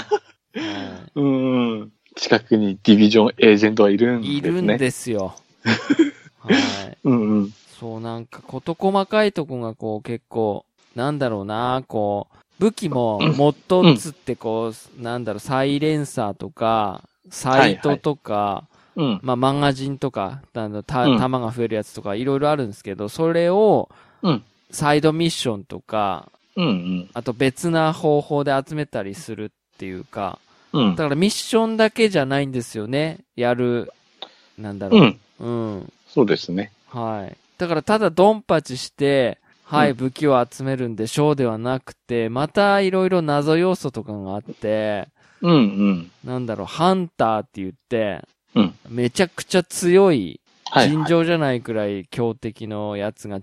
Speaker 2: うんうん。近くにディビジョンエージェントはいるんですね。
Speaker 1: いるんですよ。はい。
Speaker 2: うんうん。
Speaker 1: そう、なんか、事細かいとこがこう結構、なんだろうな、こう、武器も、モットっつってこう、なんだろう、サイレンサーとか、サイトとか、
Speaker 2: うん。
Speaker 1: まあ、マガジンとか、あの、た、
Speaker 2: うん
Speaker 1: 弾が増えるやつとか、いろいろあるんですけど、それを、
Speaker 2: うん
Speaker 1: サイドミッションとか、
Speaker 2: うん
Speaker 1: あと別な方法で集めたりするっていうか、
Speaker 2: うん。うん。
Speaker 1: だからミッションだけじゃないんですよね、やる、なんだろう
Speaker 2: う、ん。
Speaker 1: うん。
Speaker 2: そうですね。
Speaker 1: はい。だからただドンパチして、はい、
Speaker 2: うん
Speaker 1: 武器を集めるんでしょうではなくて、またいろいろ謎要素とかがあって、
Speaker 2: うんうん。
Speaker 1: なんだろう、ハンターって言って、
Speaker 2: うん
Speaker 1: めちゃくちゃ強い、
Speaker 2: はい、はい。
Speaker 1: 尋常じゃないくらい強敵のやつが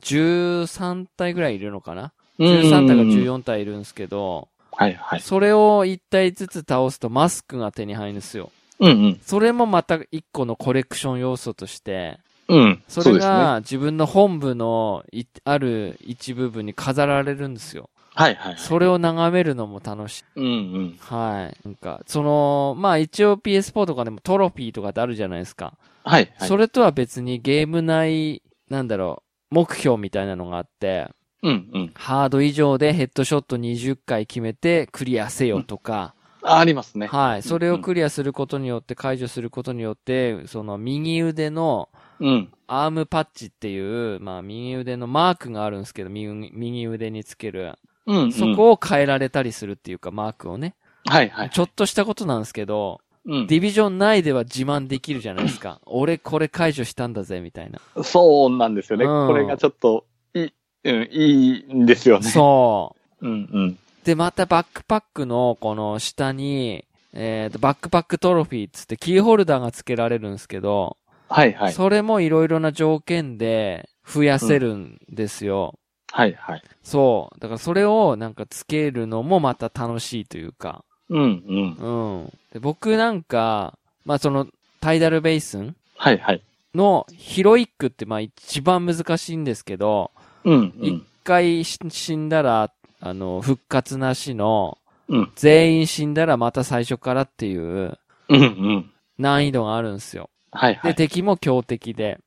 Speaker 1: 13体ぐらいいるのかな、
Speaker 2: うん
Speaker 1: ?13 体か
Speaker 2: うん。
Speaker 1: 14体いるんですけど、
Speaker 2: はいはい。
Speaker 1: それを1体ずつ倒すとマスクが手に入るんですよ。
Speaker 2: うん
Speaker 1: それもまた1個のコレクション要素として、
Speaker 2: うん。うん。
Speaker 1: そうれ
Speaker 2: ですね。は
Speaker 1: が自分の本部のいある一部分に飾られるんですよ。
Speaker 2: いはい。
Speaker 1: それを眺めるのも楽しい。
Speaker 2: うんうん。
Speaker 1: はい。なんか、その、まあ一応 PS4 とかでもトロフィーとかってあるじゃないですか。
Speaker 2: はいはい。
Speaker 1: それとは別にゲーム内、なんだろう、目標みたいなのがあって、
Speaker 2: うんうん。
Speaker 1: ハード以上でヘッドショット20回決めてクリアせよとか、
Speaker 2: あありますね。
Speaker 1: はい。それをクリアすることによって、解除することによって、その右腕の、
Speaker 2: うん。
Speaker 1: アームパッチっていう、まあ、右腕のマークがあるんですけど、右右腕につける。
Speaker 2: うん、うん。
Speaker 1: そこを変えられたりするっていうか、マークをね。
Speaker 2: はいはい。
Speaker 1: ちょっとしたことなんですけど、
Speaker 2: うん。
Speaker 1: ディビジョン内では自慢できるじゃないです か。俺これ解除したんだぜ、みたいな。
Speaker 2: そうなんですよね。
Speaker 1: うん
Speaker 2: これがちょっと、いい、うん、いいんですよね。。
Speaker 1: そう
Speaker 2: うんうん。
Speaker 1: う。で、またバックパックのこの下に、えっ、と、バックパックトロフィーっつってキーホルダーが付けられるんですけど、
Speaker 2: はいはい。
Speaker 1: それもいろいろな条件で増やせるんですよ。
Speaker 2: はいはい。
Speaker 1: そう。だからそれをなんかつけるのもまた楽しいというか。
Speaker 2: うんうん。
Speaker 1: うん。で僕なんか、まあその、タイダルベイスン
Speaker 2: はいはい。
Speaker 1: のヒロイックってまあ一番難しいんですけど、
Speaker 2: うん、う
Speaker 1: 一
Speaker 2: ん。
Speaker 1: 回し死んだら、あの、復活なしの、
Speaker 2: うん、
Speaker 1: 全員死んだらまた最初からっていう
Speaker 2: うん、うん。
Speaker 1: 難易度があるんですよ。
Speaker 2: はいは
Speaker 1: で、
Speaker 2: い。
Speaker 1: 敵も強敵で。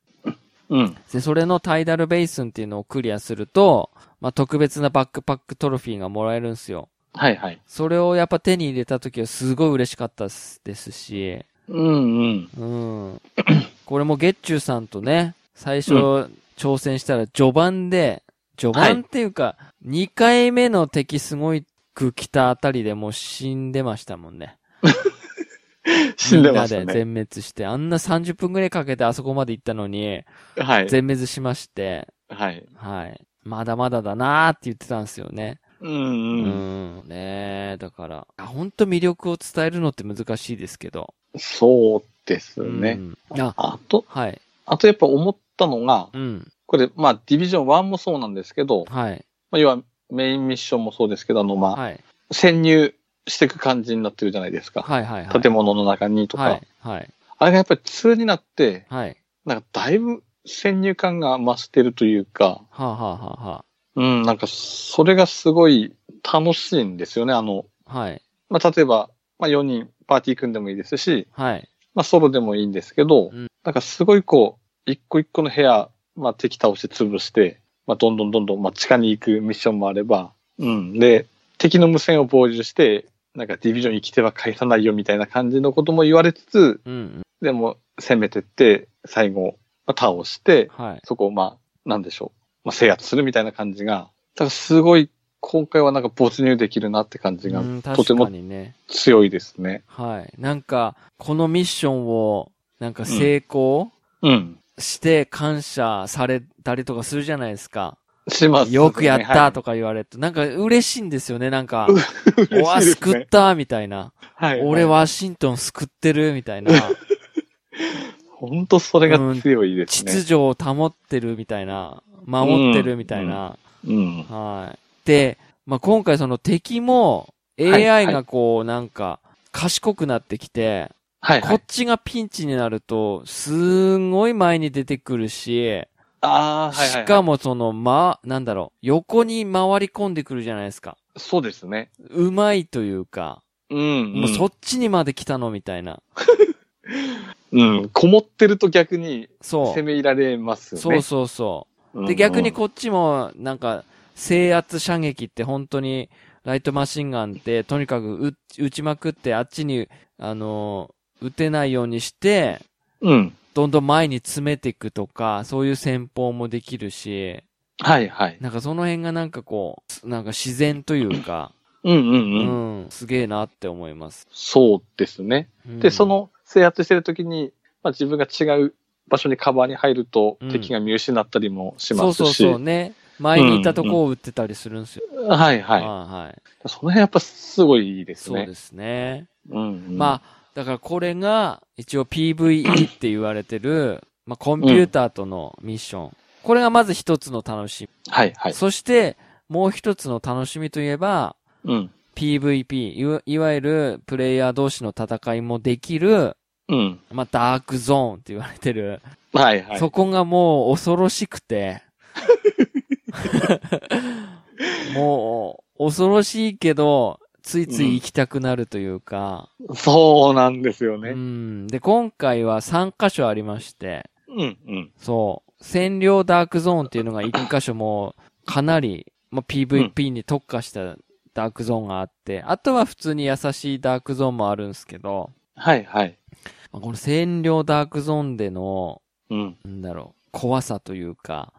Speaker 2: うん。
Speaker 1: で、それのタイダルベイスンっていうのをクリアすると、まあ、特別なバックパックトロフィーがもらえるんですよ。
Speaker 2: はいはい。
Speaker 1: それをやっぱ手に入れた時はすごい嬉しかったですですし、
Speaker 2: うん、うん。
Speaker 1: うん。これも月中さんとね、最初
Speaker 2: う
Speaker 1: 挑戦したら序盤で、序盤っていうか、2回目の敵すごいく来たあたりでもう死んでましたもんね。
Speaker 2: 死んでまし
Speaker 1: み
Speaker 2: た
Speaker 1: んなで全
Speaker 2: ね。
Speaker 1: 滅して、あんな30分くらいかけてあそこまで行ったのに、
Speaker 2: はい。
Speaker 1: 全滅しまして、
Speaker 2: はい。
Speaker 1: はい。まだまだだなーって言ってたんですよね。
Speaker 2: うん、
Speaker 1: う
Speaker 2: うん。
Speaker 1: ん。ねえ、だから、あほんと魅力を伝えるのって難しいですけど。
Speaker 2: そうです
Speaker 1: う
Speaker 2: ね。
Speaker 1: ん。あ、
Speaker 2: あと、
Speaker 1: はい。
Speaker 2: あとやっぱ思ったのが、
Speaker 1: うん。
Speaker 2: これ、まあ、ディビジョン1もそうなんですけど、
Speaker 1: はい。
Speaker 2: まあ、要はメインミッションもそうですけど、あの、まあ、
Speaker 1: はい。
Speaker 2: 潜入していく感じになってるじゃないですか。
Speaker 1: はいはいはい。
Speaker 2: 建物の中にとか。
Speaker 1: はい。はい。
Speaker 2: あれがやっぱり2になって、
Speaker 1: はい。
Speaker 2: なんかだいぶ先入観が増してるというか、
Speaker 1: はあ、はあはあは
Speaker 2: うん、なんかそれがすごい楽しいんですよね。あの、
Speaker 1: あ、はい。
Speaker 2: まあ、例えば、まあ、4人パーティー組んでもいいですし、
Speaker 1: はい。
Speaker 2: まあ、ソロでもいいんですけど、
Speaker 1: うん
Speaker 2: なんかすごいこう、一個一個の部屋、まあ、敵倒して潰して、まあ、どんどんどんどん、まあ、地下に行くミッションもあれば、うん、で、敵の無線を傍受して、なんかディビジョン生きては返さないよみたいな感じのことも言われつつ、
Speaker 1: うんうん。
Speaker 2: でも攻めてって、最後、まあ、倒して、
Speaker 1: はい。
Speaker 2: そこをまあ、なんでしょう。まあ、制圧するみたいな感じが、だからすごい、今回はなんか没入できるなって感じが
Speaker 1: うん、
Speaker 2: とて
Speaker 1: 確か
Speaker 2: も
Speaker 1: にね。
Speaker 2: 強いですね。
Speaker 1: はい。なんか、このミッションを、なんか成功
Speaker 2: うん。
Speaker 1: して感謝されたりとかするじゃないですか。
Speaker 2: します、
Speaker 1: よくやったとか言われて、なんか嬉しいんですよね、なんか。
Speaker 2: か、
Speaker 1: おわ、
Speaker 2: 嬉しいです
Speaker 1: 救っ
Speaker 2: ね
Speaker 1: たみたいな。
Speaker 2: はい、
Speaker 1: 俺。ワシントン救ってるみたいな。
Speaker 2: 本当それが強いです
Speaker 1: 秩
Speaker 2: ね。
Speaker 1: 序を保ってるみたいな。守ってるみたいな。
Speaker 2: うん。
Speaker 1: はい。で、まあ、今回その敵も
Speaker 2: い
Speaker 1: AI
Speaker 2: は
Speaker 1: がこうなんか賢くなってきて、
Speaker 2: はい、は
Speaker 1: こ
Speaker 2: い
Speaker 1: っ。ちがピンチになるとすんごい前に出てくるし、
Speaker 2: ああ、はい、はい。
Speaker 1: しか
Speaker 2: も。
Speaker 1: もそのま、なんだろう、横に回り込んでくるじゃないですか。
Speaker 2: そうですね。
Speaker 1: うまいというか、
Speaker 2: うん、うん。
Speaker 1: もうそっちにまで来たのみたいな。
Speaker 2: うん。こもってると逆に
Speaker 1: そ
Speaker 2: 攻め入られます
Speaker 1: う。
Speaker 2: よね。
Speaker 1: そうそうそう。
Speaker 2: うん
Speaker 1: で、逆にこっちも、なんか、制圧射撃って本当に、ライトマシンガンって、とにかく撃撃ちまくって、あっちに、あのー撃てないようにして、
Speaker 2: うん。
Speaker 1: どんどん前に詰めていくとか、そういう戦法もできるし、
Speaker 2: はい、はい。
Speaker 1: なんかその辺がなんかこう、なんか自然というか、
Speaker 2: うん、うん、
Speaker 1: う
Speaker 2: うん。
Speaker 1: ん、すげえなって思います。
Speaker 2: そうですね。
Speaker 1: うん
Speaker 2: で、そ、の制圧してる時に、まあ、自分が違う場所にカバーに入ると
Speaker 1: うん
Speaker 2: 敵が見失ったりもし
Speaker 1: そ
Speaker 2: ま
Speaker 1: う
Speaker 2: す
Speaker 1: そう
Speaker 2: し、
Speaker 1: そうね。前にいたとこを撃ってたりするんですよ。
Speaker 2: はいは
Speaker 1: は
Speaker 2: い。
Speaker 1: いはい。
Speaker 2: その辺やっぱすごいいいです
Speaker 1: そう
Speaker 2: ね。
Speaker 1: ですね。
Speaker 2: うんうん
Speaker 1: まあ、だからこれが、一応 PVE って言われてる、まあ、コンピューターとのミッション。これがまず一つの楽し
Speaker 2: はいは
Speaker 1: み。
Speaker 2: い。
Speaker 1: そして、もう一つの楽しみといえば、
Speaker 2: うん。
Speaker 1: PVP、いわいわゆるプレイヤー同士の戦いもできる、
Speaker 2: うん。
Speaker 1: まあ、ダークゾーンって言われてる。
Speaker 2: はいはい。
Speaker 1: そこがもう恐ろしくて。 もう、恐ろしいけど、ついつい行きたくなるというか。
Speaker 2: そうなんです
Speaker 1: う
Speaker 2: よね。
Speaker 1: ん。で、今回は3箇所ありまして、
Speaker 2: うんうん。
Speaker 1: そう、占領ダークゾーンっていうのが1箇所もうかなり、まあ、PVP に特化したダークゾーンがあって、あとは普通に優しいダークゾーンもあるんですけど、
Speaker 2: はいはい。
Speaker 1: まあこの占領ダークゾーンでの、
Speaker 2: うん。
Speaker 1: なんだろう、怖さというか、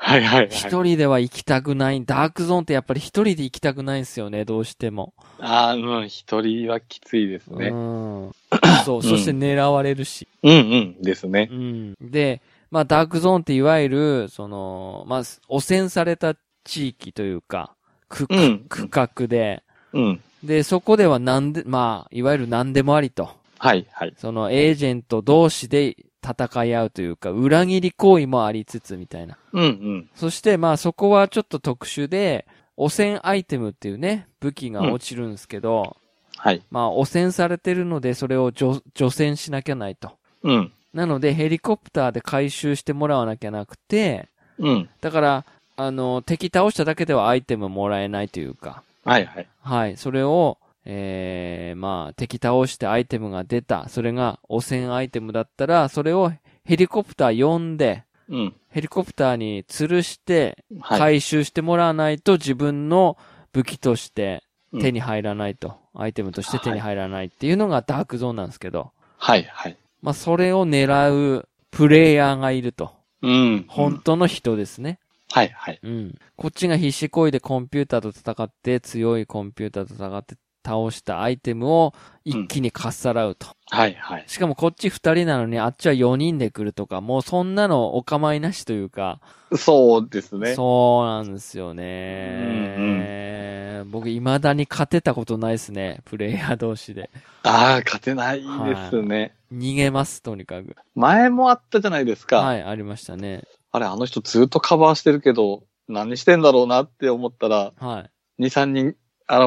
Speaker 2: はいはいはい。
Speaker 1: 一人では行きたくない、ダークゾーンってやっぱり一人で行きたくないんですよね、どうしても。
Speaker 2: ああ、うん。一人はきついです
Speaker 1: う
Speaker 2: ね。
Speaker 1: ん。そう、そして狙われるし。
Speaker 2: うんうん。ですね。
Speaker 1: うん。で、まあ、ダークゾーンっていわゆる、その、まあ、汚染された地域というか、区,、
Speaker 2: うん
Speaker 1: 区画で、
Speaker 2: うん。
Speaker 1: で、そこではなんで、まあ、いわゆる何でもありと。
Speaker 2: はいはい。
Speaker 1: その、エージェント同士で戦い合うというか、裏切り行為もありつつみたいな。
Speaker 2: うんうん。
Speaker 1: そして、まあ、そこはちょっと特殊で、汚染アイテムっていうね、武器が落ちるんですけど、
Speaker 2: はい。
Speaker 1: まあ、汚染されてるので、それを除除染しなきゃないと。
Speaker 2: うん。
Speaker 1: なので、ヘリコプターで回収してもらわなきゃなくて、
Speaker 2: うん。
Speaker 1: だから、あの、敵倒しただけではアイテムもらえないというか、
Speaker 2: はいはい。
Speaker 1: はい、それを、えー、まあ、敵倒してアイテムが出た、それが汚染アイテムだったら、それをヘリコプター呼んで、
Speaker 2: うん。
Speaker 1: ヘリコプターに吊るして、
Speaker 2: はい。
Speaker 1: 回収してもらわないと自分の武器として
Speaker 2: うん
Speaker 1: 手に入らないと、アイテムとして手に入らないっていうのがダークゾーンなんですけど、
Speaker 2: はいはい。
Speaker 1: まあ、それを狙うプレイヤーがいると。
Speaker 2: うん。
Speaker 1: 本当の人ですね。
Speaker 2: はいはい。
Speaker 1: うん。こっちが必死こいでコンピューターと戦って、強いコンピューターと戦って倒したアイテムを一気にかっさらうと。
Speaker 2: はいはい。
Speaker 1: しかもこっち二人なのにあっちは四人で来るとか、もうそんなのお構いなしというか、
Speaker 2: そうですね。
Speaker 1: そうなんですよね。僕未だに勝てたことないですね。プレイヤー同士で。
Speaker 2: ああ、勝てないですね。
Speaker 1: 逃げます、とにかく。
Speaker 2: 前もあったじゃないですか。
Speaker 1: はい、ありましたね。
Speaker 2: あれ、あの人ずっとカバーしてるけど、何してんだろうなって思ったら、
Speaker 1: はい。
Speaker 2: 2、3人現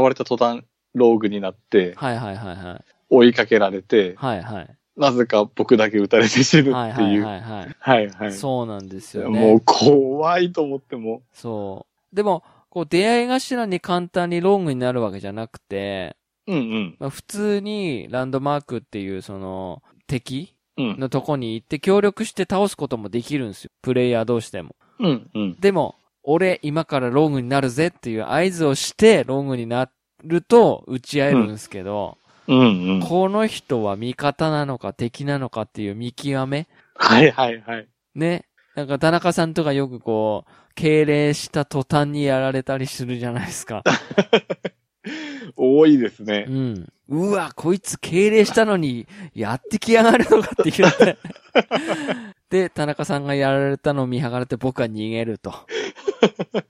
Speaker 2: れた途端、ローグになって、
Speaker 1: はいはいはいはい。
Speaker 2: 追いかけられて、
Speaker 1: はいはい。
Speaker 2: なぜか僕だけ撃たれて死ぬ
Speaker 1: はい
Speaker 2: って
Speaker 1: はい
Speaker 2: いう。
Speaker 1: はいはい。
Speaker 2: はいはい。
Speaker 1: そうなんですよね。
Speaker 2: もう怖いと思っても。
Speaker 1: そう。でも、こう、出会い頭に簡単にロングになるわけじゃなくて、
Speaker 2: うん
Speaker 1: まあ、普通にランドマークっていう、その、敵
Speaker 2: うん。うん。
Speaker 1: のとこに行って協力して倒すこともできるんですよ。プレイヤー同士でも。
Speaker 2: うんうん。
Speaker 1: でも、俺、今からロングになるぜっていう合図をして、ロングになると打ち合えるんですけど、
Speaker 2: うんうん。
Speaker 1: この人は味方なのか敵なのかっていう見極め
Speaker 2: はいはいはい。
Speaker 1: ね。なんか、田中さんとかよくこう、敬礼した途端にやられたりするじゃないですか。
Speaker 2: 多いです
Speaker 1: う
Speaker 2: ね。
Speaker 1: ん。うわ、こいつ敬礼したのに、やってきやがるのかって言 って。で、田中さんがやられたのを見計らって僕は逃げ ると。はい。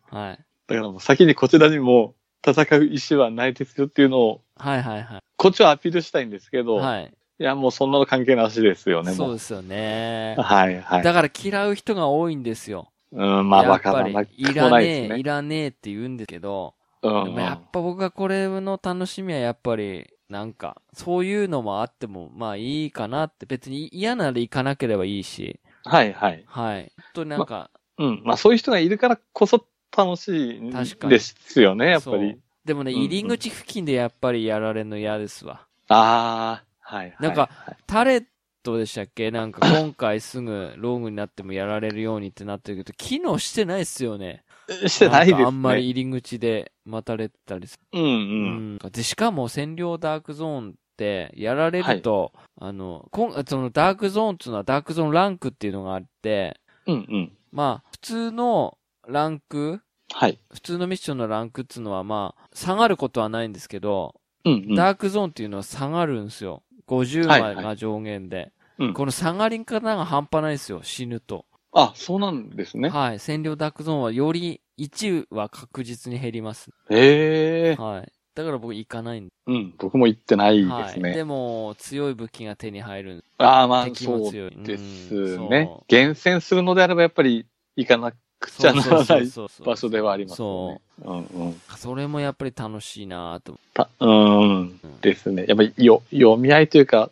Speaker 2: だからもう先にこちらにも戦う意思はないですよっていうのを、
Speaker 1: はいはいはい。
Speaker 2: こっちはアピールしたいんですけど、い、
Speaker 1: はい。
Speaker 2: やもうそんなの関係なしですよね、
Speaker 1: そう
Speaker 2: もう。
Speaker 1: ですよね。
Speaker 2: はいはい。
Speaker 1: だから嫌う人が多いんですよ。
Speaker 2: うん、まあ
Speaker 1: や
Speaker 2: わ
Speaker 1: っ
Speaker 2: か
Speaker 1: ぱ
Speaker 2: ら
Speaker 1: り
Speaker 2: なく、
Speaker 1: い
Speaker 2: も
Speaker 1: ら
Speaker 2: ないで
Speaker 1: ね
Speaker 2: す
Speaker 1: え、い
Speaker 2: ね。
Speaker 1: らねえって言うんですけど、
Speaker 2: うんう
Speaker 1: でもや
Speaker 2: ん
Speaker 1: っ。ぱ僕がこれの楽しみはやっぱり、なんか、そういうのもあっても、まあいいかなって、別に嫌なら行かなければいいし、
Speaker 2: はいはい。
Speaker 1: はい。本当になんか、
Speaker 2: うん。まあそういう人がいるからこそ楽し
Speaker 1: 確
Speaker 2: い
Speaker 1: かに
Speaker 2: ですよね、やっぱ
Speaker 1: そう
Speaker 2: り。
Speaker 1: でもね、
Speaker 2: うんうん
Speaker 1: 入り口付近でやっぱりやられるの嫌ですわ。
Speaker 2: ああ、はいはい。
Speaker 1: なんか、タレットでしたっけなんか今回すぐローグになってもやられるようにってなってるけど、機能してないっすよね。
Speaker 2: してないです
Speaker 1: ん
Speaker 2: ね。
Speaker 1: かあんまり。入り口で待たれてたりする。
Speaker 2: うんうん。
Speaker 1: うんで、しかも占領ダークゾーンって、やられると、あの、今そのダークゾーンっていうのはダークゾーンランクっていうのがあって、
Speaker 2: うんうん。
Speaker 1: まあ、普通のランク、
Speaker 2: はい。
Speaker 1: 普通のミッションのランクっていうのはまあ、下がることはないんですけど、
Speaker 2: うんうん。
Speaker 1: ダークゾーンっていうのは下がるんですよ。50
Speaker 2: はい
Speaker 1: 枚が上限で。
Speaker 2: うん
Speaker 1: この下がり方が半端ないですよ、死ぬと。
Speaker 2: あ、そうなんですね。
Speaker 1: はい。占領ダークゾーンはより1は確実に減ります。
Speaker 2: ええ
Speaker 1: はい。だから僕行かないんで
Speaker 2: うん、僕も行ってないですす
Speaker 1: はい。
Speaker 2: ね。
Speaker 1: でも、強い武器が手に入るんで
Speaker 2: ああ、まあ、
Speaker 1: 敵
Speaker 2: そ
Speaker 1: も
Speaker 2: う
Speaker 1: 強い。
Speaker 2: です
Speaker 1: うん
Speaker 2: ね。
Speaker 1: そ
Speaker 2: 厳選するのであれば、やっぱり行かなく
Speaker 1: う
Speaker 2: ちゃならな
Speaker 1: そう
Speaker 2: い
Speaker 1: そうそうそう
Speaker 2: 場所ではありますよね。うんうん。
Speaker 1: それもやっぱり楽しいなと。
Speaker 2: たうん、ですね。やっぱりよ読み合いというか、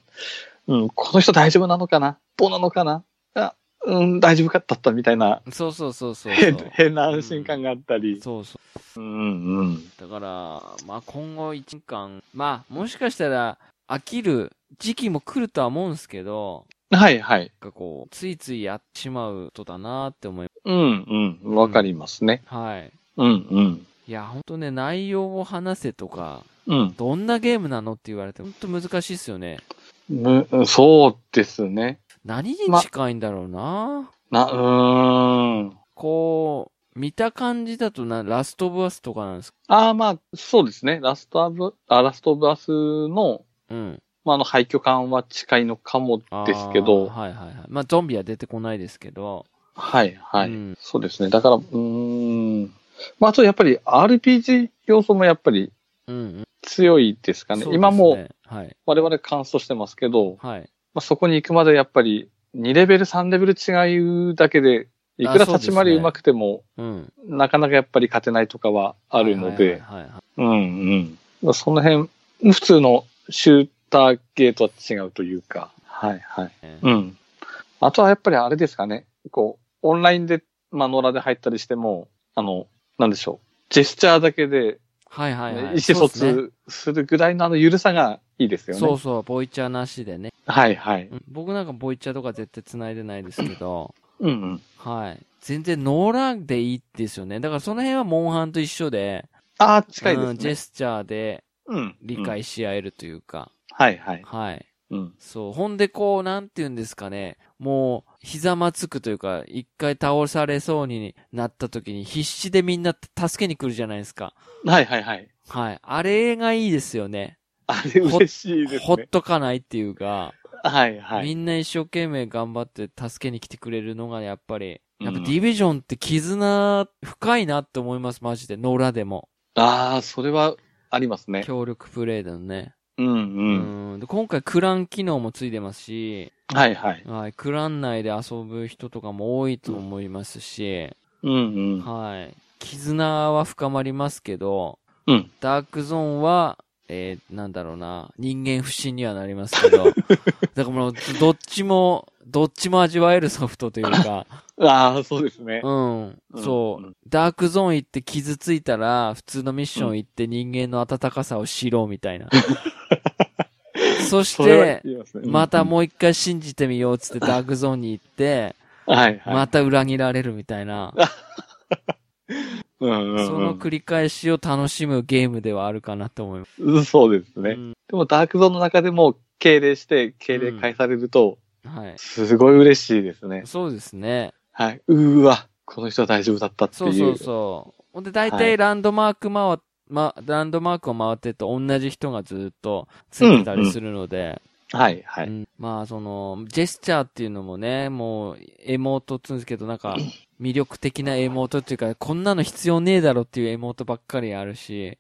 Speaker 2: うん、この人大丈夫なのかなどうなのかなあ、うん、大丈夫かだったみたいな、
Speaker 1: そうそうそうそうそう。
Speaker 2: 変変な安心感があったり。
Speaker 1: そうそう。
Speaker 2: うんうん。
Speaker 1: だから、まあ今後1年間、まあもしかしたら飽きる時期も来るとは思うんですけど、
Speaker 2: はいはい。
Speaker 1: なんかこう、ついついやってしまうことだなって思いま
Speaker 2: うんうん。わかりますね。
Speaker 1: す。はい。
Speaker 2: うんうん。
Speaker 1: いや、ほんとね、内容を話せとか、
Speaker 2: うん
Speaker 1: どんなゲームなのって言われて、ほんと難しいっすよね。
Speaker 2: む、そうですね。
Speaker 1: 何に近いんだろうな、
Speaker 2: な、うーん。
Speaker 1: こう、見た感じだとな、ラストオブアスとかなんです
Speaker 2: ああ、まあ、そうですね。ラストアブ、あラストオブアスの、
Speaker 1: うん。
Speaker 2: まあ、あの、廃墟感は近いのかも
Speaker 1: あー
Speaker 2: ですけど、
Speaker 1: はいはいはい。まあ、ゾンビは出てこないですけど。
Speaker 2: はい、はい、
Speaker 1: うん
Speaker 2: そうですね。だから、うーん。まあ、あとやっぱり RPG 要素もやっぱり
Speaker 1: うん、うん
Speaker 2: 強いですかね。
Speaker 1: そうですね
Speaker 2: 今も、
Speaker 1: はい。
Speaker 2: 我々感想してますけど、
Speaker 1: はい。
Speaker 2: まあ、そこに行くまでやっぱり2レベル3レベル違うだけで、いくら
Speaker 1: あ
Speaker 2: 立ち回り
Speaker 1: そうですね
Speaker 2: 上手くても、
Speaker 1: うん。
Speaker 2: なかなかやっぱり勝てないとかはあるので、
Speaker 1: はいはいはいはい
Speaker 2: うんうん。その辺、普通のシューター系とは違うというか。はいはい。うん。あとはやっぱりあれですかね。こう、オンラインで、まあ、野良で入ったりしても、あの、なんでしょう。ジェスチャーだけで、
Speaker 1: はいはいはい。
Speaker 2: 意思
Speaker 1: そうっすね
Speaker 2: 疎通するぐらいのあの緩さがいいですよね。
Speaker 1: そうそう、ボイチャーなしでね。
Speaker 2: はいはい。
Speaker 1: うん僕なんかボイチャーとか絶対繋いでないですけ ど、
Speaker 2: うんうん。
Speaker 1: はい。全然ノーランでいいですよね。だからその辺はモンハンと一緒で、
Speaker 2: ああ、近いですね。
Speaker 1: うん、ジェスチャーで
Speaker 2: うん。
Speaker 1: 理
Speaker 2: うん。
Speaker 1: 解し合えるというか、
Speaker 2: はいはい。
Speaker 1: はい。
Speaker 2: うん。
Speaker 1: そう。ほんでこう、なんて言うんですかね。もう、ひざまつくというか、一回倒されそうになった時に必死でみんな助けに来るじゃないですか。
Speaker 2: はいはいはい。
Speaker 1: はい。あれがいいですよね。
Speaker 2: あれ嬉しいです
Speaker 1: ほっ
Speaker 2: ね。
Speaker 1: とかないっていうか、
Speaker 2: はいはい
Speaker 1: み。んな一生懸命頑張って助けに来てくれるのがやっぱり、やっぱ
Speaker 2: うん
Speaker 1: ディビジョンって絆深いなって思います、マジで。野良でも。
Speaker 2: ああ、それはありますね。
Speaker 1: 協力プレイだのね。
Speaker 2: うん
Speaker 1: う
Speaker 2: うん。
Speaker 1: んで今回クラン機能もついてますし、
Speaker 2: はいはい。
Speaker 1: はい、クラン内で遊ぶ人とかも多いと思いますし、
Speaker 2: うんうん。
Speaker 1: はい。絆は深まりますけど、
Speaker 2: うん
Speaker 1: ダークゾーンは、えー、なんだろうな、人間不信にはなります けど、だからもう、どっちも、どっちも味わえるソフトというか、
Speaker 2: ああ、 そうですね。
Speaker 1: うん、
Speaker 2: うん
Speaker 1: そう、
Speaker 2: うん
Speaker 1: ダークゾーン行って傷ついたら、普通のミッション行って人間の温かさを知ろうみたい な。そし
Speaker 2: それは
Speaker 1: て、
Speaker 2: 言いますね。
Speaker 1: また
Speaker 2: う
Speaker 1: もう一回信じてみようっつってダークゾーンに行って、
Speaker 2: ん。はいはい。
Speaker 1: また裏切られるみたいな。
Speaker 2: うんうんうん
Speaker 1: その繰り返しを楽しむゲームではあるかなと思います。
Speaker 2: うんそうですね。
Speaker 1: うん
Speaker 2: でもダークゾーンの中でも敬礼して、敬礼返されると、
Speaker 1: はい。
Speaker 2: すごい嬉しいですね。
Speaker 1: そうですね。
Speaker 2: はい。うーわ、この人は大丈夫だったってい。
Speaker 1: そううそうそう。ほんで、大
Speaker 2: は
Speaker 1: 体
Speaker 2: い
Speaker 1: ランドマーク回っ、ま、ランドマークを回ってると同じ人がずっとついてたりするので、
Speaker 2: はいは
Speaker 1: う
Speaker 2: い。
Speaker 1: んまあ、その、ジェスチャーっていうのもね、もう、エモートっつうんですけど、なんか、魅力的なエモートっていうか、こんなの必要ねえだろっていうエモートばっかりある し、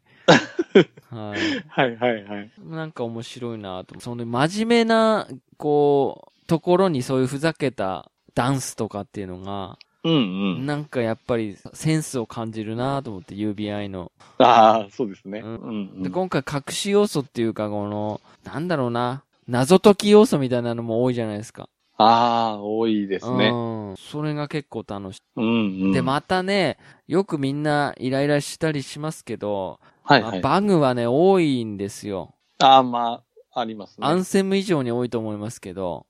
Speaker 1: はい。
Speaker 2: はいはいはい。
Speaker 1: なんか面白いなと。その真面目な、こう、ところにそういうふざけたダンスとかっていうのが、
Speaker 2: うんうん。
Speaker 1: なんかやっぱりセンスを感じるなと思って、UBI の。
Speaker 2: ああ、そうですね。
Speaker 1: う
Speaker 2: うんんう
Speaker 1: で、
Speaker 2: ん。
Speaker 1: 今回隠し要素っていうか、この、なんだろうな、謎解き要素みたいなのも多いじゃないですか。
Speaker 2: ああ、多いですね。
Speaker 1: うん。それが結構楽し
Speaker 2: うんうん。
Speaker 1: い。で、またね、よくみんなイライラしたりしますけど、
Speaker 2: はいはい。
Speaker 1: まあバグはね、多いんですよ。
Speaker 2: ああ、まあ、ありますね。
Speaker 1: アンセム以上に多いと思いますけど、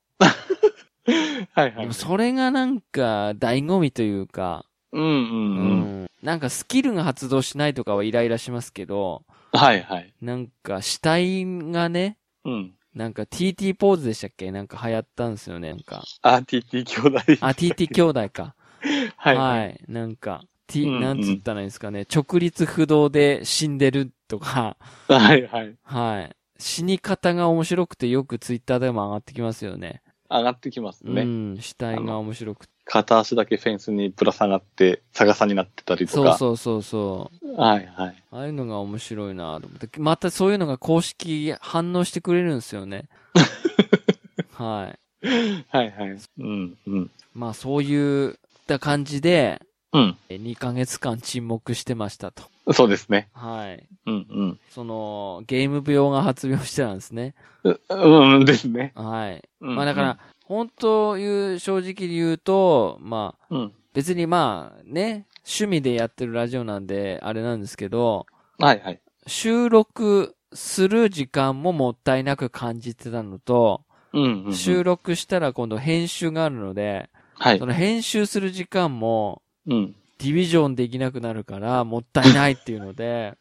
Speaker 2: はいは
Speaker 1: で
Speaker 2: い
Speaker 1: も。それがなんか、醍醐味というか、
Speaker 2: うんうんうん。
Speaker 1: うんなんかスキルが発動しないとかはイライラしますけど、
Speaker 2: はいはい。
Speaker 1: なんか死体がね、
Speaker 2: うん。
Speaker 1: なんか TT ポーズでしたっけなんか流行ったんですよね、なんか。
Speaker 2: あー、TT 兄弟。
Speaker 1: あ、TT 兄弟か。
Speaker 2: はいはい。
Speaker 1: なんか、T、
Speaker 2: うんうん
Speaker 1: なんつったらいいんですかね、直立不動で死んでるとか、
Speaker 2: はいはい。
Speaker 1: はい。死に方が面白くてよくツイッターでも上がってきますよね。
Speaker 2: 上がってきます
Speaker 1: う
Speaker 2: ね。
Speaker 1: ん、死体が面白くて。
Speaker 2: 片足だけフェンスにぶら下がって逆さになってたりと
Speaker 1: そう
Speaker 2: か。
Speaker 1: そうそうそう。
Speaker 2: はいはい。
Speaker 1: ああいうのが面白いなと思って。またそういうのが公式反応してくれるんですよ ね。はい。
Speaker 2: はいはい。うんうん。
Speaker 1: まあそういった感じで、
Speaker 2: うん。
Speaker 1: え2ヶ月間沈黙してましたと。
Speaker 2: そうですね。
Speaker 1: はい。
Speaker 2: うんうん
Speaker 1: その、ゲーム病が発病してたんですね。
Speaker 2: う。うんですね。
Speaker 1: はい。
Speaker 2: うん
Speaker 1: まあだから、、本当いう、正直に言うと、まあ、
Speaker 2: うん。
Speaker 1: 別にまあね、趣味でやってるラジオなんで、あれなんですけど、
Speaker 2: はいはい。
Speaker 1: 収録する時間ももったいなく感じてたのと、
Speaker 2: うんうんうん。
Speaker 1: 収録したら今度編集があるので、
Speaker 2: はい
Speaker 1: そ。の編集する時間も
Speaker 2: うん。
Speaker 1: ディビジョンできなくなるからもったいないっていうの で、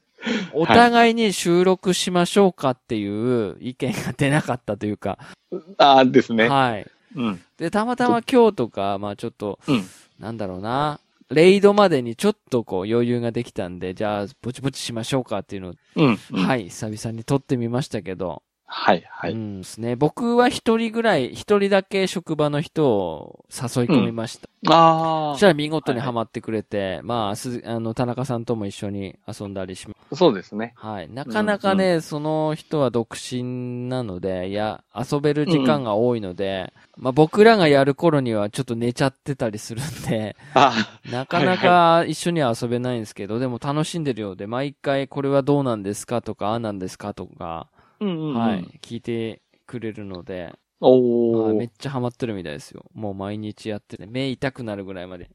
Speaker 1: お互いに収録しましょうかっていう意見が出なかったというか、
Speaker 2: ああですね。
Speaker 1: はい。
Speaker 2: うん。
Speaker 1: で、たまたま今日とか、まあちょっと、
Speaker 2: うん
Speaker 1: なんだろうな、レイドまでにちょっとこう余裕ができたんで、じゃあ、ぼちぼちしましょうかっていうのを、
Speaker 2: うん。。
Speaker 1: はいい、久々に撮ってみましたけど、
Speaker 2: はいは
Speaker 1: う
Speaker 2: い。
Speaker 1: んですね。僕は一人ぐらい、一人だけ職場の人を誘い込みました。
Speaker 2: あ
Speaker 1: そした
Speaker 2: あ。
Speaker 1: ら見事にハマってくれて、まあ、す、あの、田中さんとも一緒に遊んだりしま
Speaker 2: そうですね。
Speaker 1: はい。なかなかね、その人は独身なので、いや、遊べる時間が多いので、まあ僕らがやる頃にはちょっと寝ちゃってたりするん で、
Speaker 2: あ
Speaker 1: なかなか一緒には遊べないんですけど、でも楽しんでるようで、毎回これはどうなんですかとか、ああなんですかとか、
Speaker 2: あ。うんうんうん。
Speaker 1: はい、聞いてくれるので、
Speaker 2: お
Speaker 1: はい
Speaker 2: ー
Speaker 1: めっちゃハマってるみたいですよ。もう毎日やってて、目痛くなるぐらいまで。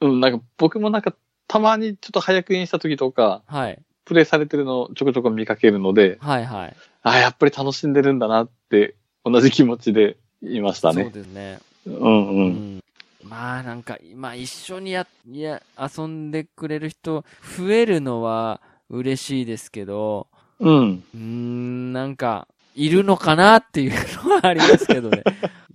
Speaker 2: うん、なんか僕もなんか、たまにちょっと早くインした時とか、
Speaker 1: はい。
Speaker 2: プレイされてるのをちょこちょこ見かけるので、
Speaker 1: はいはい。
Speaker 2: ああ、やっぱり楽しんでるんだなって、同じ気持ちでいました
Speaker 1: そう
Speaker 2: ね。
Speaker 1: ですね。
Speaker 2: うんう。
Speaker 1: うんん。まあなんか、今一緒にや、いや、遊んでくれる人、増えるのは嬉しいですけど、
Speaker 2: うん。
Speaker 1: うーん、なんか、いるのかなっていうのはありますけど ね。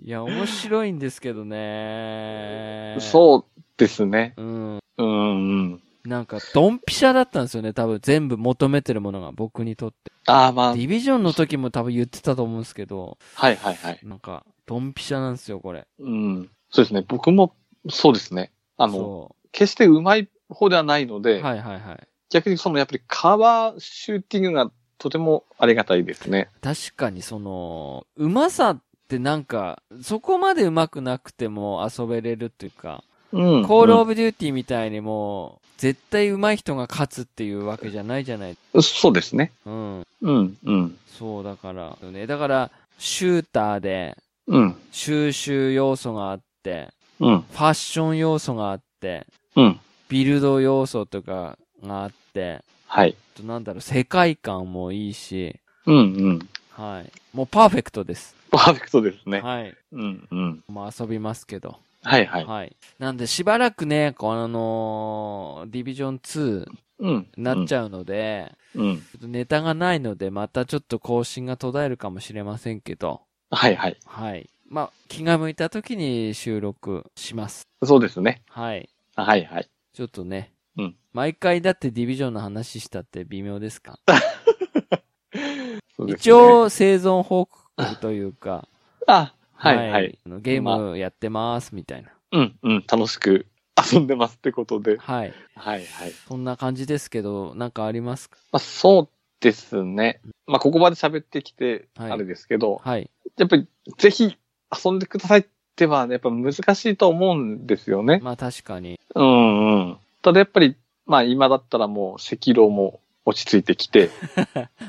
Speaker 1: いや、面白いんですけどね。
Speaker 2: そうですね。
Speaker 1: う。うん。
Speaker 2: うんうん。
Speaker 1: なんか、ドンピシャだったんですよね。多分全部求めてるものが僕にとって。
Speaker 2: ああ、まあ、
Speaker 1: ディビジョンの時も多分言ってたと思うんですけど、
Speaker 2: はいはいはい。
Speaker 1: なんか、ドンピシャなんですよ、これ。
Speaker 2: うん。そうですね。僕も、そうですね。あの、
Speaker 1: そ
Speaker 2: 決してうまい方ではないの
Speaker 1: う。
Speaker 2: で、
Speaker 1: はいはいはい。
Speaker 2: 逆にそのやっぱりカバーシューティングがとてもありがたいですね。
Speaker 1: 確かにその、うまさってなんか、そこまでうまくなくても遊べれるっていうか、
Speaker 2: うん。
Speaker 1: コールオブデューティーみたいにもう、絶対上手い人が勝つっていうわけじゃないじゃない。
Speaker 2: うんそうですね。
Speaker 1: うん。
Speaker 2: うん、うん、
Speaker 1: そう、だから、よね。だから、シューターで、
Speaker 2: うん、
Speaker 1: 収集要素があって、
Speaker 2: うん、
Speaker 1: ファッション要素があって、
Speaker 2: うん。
Speaker 1: ビルド要素とかがあって、
Speaker 2: はい。
Speaker 1: あとなんだろう、世界観もいいし、
Speaker 2: うん、うん。
Speaker 1: はい。もうパーフェクトです。
Speaker 2: パーフェクトですね。
Speaker 1: はい。
Speaker 2: うん、うん。
Speaker 1: もう遊びますけど。
Speaker 2: はい、はい。
Speaker 1: はい。なんで、しばらくね、この、ディビジョン2
Speaker 2: うん。
Speaker 1: になっち
Speaker 2: ゃ
Speaker 1: ゃうので、
Speaker 2: うん。うん。
Speaker 1: ちょっとネタがないので、またちょっと更新が途絶えるかもしれませんけど、
Speaker 2: はい、はい。
Speaker 1: はい。まあ、気が向いた時に収録します。
Speaker 2: そうですね。
Speaker 1: はい。
Speaker 2: はい、はい。
Speaker 1: ちょっとね。
Speaker 2: うん
Speaker 1: 毎回だってディビジョンの話したって微妙ですか
Speaker 2: そうですね
Speaker 1: 一、応生存報告というか、
Speaker 2: あ、はい、はい、
Speaker 1: あのゲームやってますみたいな。
Speaker 2: うん、うん。楽しく遊んでますってことで。
Speaker 1: はい。
Speaker 2: はい、はい。
Speaker 1: そんな感じですけど、なんかありますか
Speaker 2: まあ、そうですね。まあ、ここまで喋ってきて、
Speaker 1: はい
Speaker 2: あれですけど、
Speaker 1: はい。
Speaker 2: やっぱり、ぜひ遊んでくださいっては、やっぱ難しいと思うんですよね。
Speaker 1: まあ確かに。
Speaker 2: うんうん。ただやっぱり、まあ今だったらもう赤老も落ち着いて きて、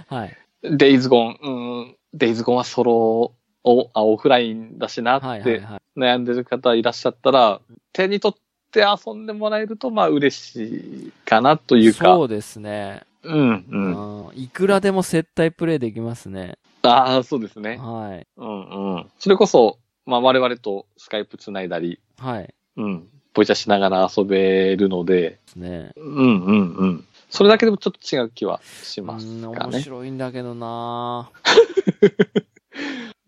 Speaker 1: はい。
Speaker 2: デイズゴン、うん、デイズゴンはソロを、あ、オフラインだしな
Speaker 1: はいはい
Speaker 2: って
Speaker 1: はい。
Speaker 2: 悩んでる方いらっしゃったら、手に取って遊んでもらえると、まあ嬉しいかなというか、
Speaker 1: そううですね。
Speaker 2: んうん。
Speaker 1: うんいくらでも接待プレイできますね。
Speaker 2: ああ、そうですね。
Speaker 1: はい。
Speaker 2: うんうん。それこそ、まあ我々とスカイプ繋いだり、
Speaker 1: はい。
Speaker 2: うん、ボイチャしながら遊べるので、
Speaker 1: ですね。
Speaker 2: うんうんうん。それだけでもちょっと違う気はし
Speaker 1: う
Speaker 2: ます
Speaker 1: ん、
Speaker 2: か
Speaker 1: 面
Speaker 2: ね。
Speaker 1: 白いんだけどな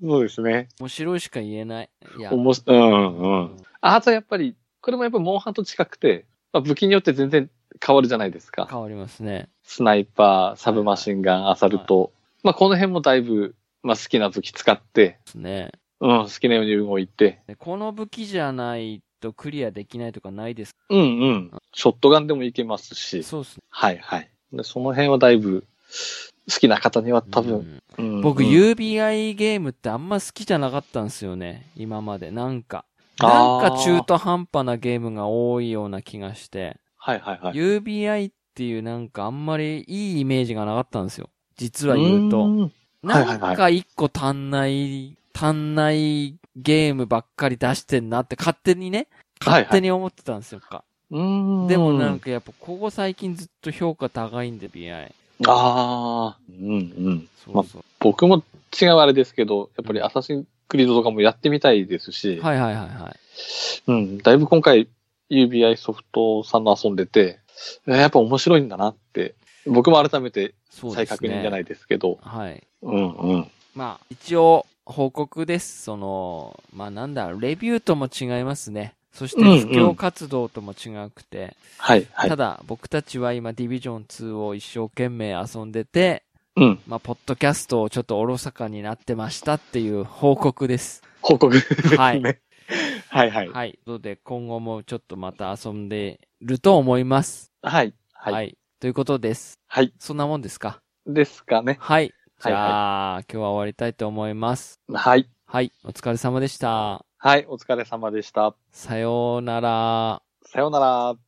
Speaker 2: そうですね。
Speaker 1: 面白いしか言えない。いや。
Speaker 2: おもしうんうん。あとやっぱり、これもやっぱモンハンと近くて、まあ、武器によって全然変わるじゃないですか。
Speaker 1: 変わりますね。
Speaker 2: スナイパー、サブマシンガン、アサルト。まあこの辺もだいぶ、まあ好きな武器使って、
Speaker 1: ですね。
Speaker 2: うん、好きなように動いて、
Speaker 1: でこの武器じゃないとクリアできないとかないです。
Speaker 2: うんうん。ショットガンでもいけますし、
Speaker 1: そうですね。
Speaker 2: はいはい。でその辺はだいぶ、好きな方には多
Speaker 1: う
Speaker 2: 分、
Speaker 1: ん
Speaker 2: うんうん
Speaker 1: 僕 UBI ゲームってあんま好きじゃなかったんですよね。今まで。なんか。な
Speaker 2: あ
Speaker 1: ん
Speaker 2: ー
Speaker 1: か中途半端なゲームが多いような気がして。
Speaker 2: はいはいはい。
Speaker 1: UBI っていうなんかあんまりいいイメージがなかったんですよ。実は言うと。
Speaker 2: んはいはい
Speaker 1: な
Speaker 2: はい
Speaker 1: んか一個足んない、足んないゲームばっかり出してんなって勝手にね、
Speaker 2: はいはい
Speaker 1: 勝手に思ってたんですよ。
Speaker 2: うん。
Speaker 1: でもなんかやっぱここ最近ずっと評価高いんで、BI。
Speaker 2: ああ、うんうん。
Speaker 1: そうそう。
Speaker 2: 僕も違うあれですけど、やっぱりアサシンクリードとかもやってみたいですし、
Speaker 1: はいはいはいはい。
Speaker 2: うん、だいぶ今回 UBI ソフトさんの遊んでて、えーやっぱ面白いんだなって、僕も改めて
Speaker 1: そうで
Speaker 2: 再
Speaker 1: す
Speaker 2: 確認じゃな
Speaker 1: ね。
Speaker 2: いですけど、
Speaker 1: はい。
Speaker 2: うんうん。
Speaker 1: まあ、一応、報告です。その、まあなんだ、レビューとも違いますね。そして、
Speaker 2: うんうん
Speaker 1: 布教活動とも違くて、
Speaker 2: はい、はい
Speaker 1: た。だ、僕たちは今、ディビジョン2を一生懸命遊んでて、
Speaker 2: うん、
Speaker 1: まあ、ポッドキャストをちょっとおろそかになってましたっていう報告です。
Speaker 2: 報告ですね。
Speaker 1: は
Speaker 2: はいい、はい、はい。
Speaker 1: はい。ということで、今後もちょっとまた遊んでると思います。
Speaker 2: はい、
Speaker 1: はい。
Speaker 2: はい。
Speaker 1: ということです。
Speaker 2: はい。
Speaker 1: そんなもんですか
Speaker 2: ですかね。
Speaker 1: はい。じ
Speaker 2: はい
Speaker 1: ゃあ、今日は終わりたいと思います。
Speaker 2: はい。
Speaker 1: はい。お疲れ様でした。
Speaker 2: はい、お疲れ様でした。
Speaker 1: さようなら。
Speaker 2: さようなら。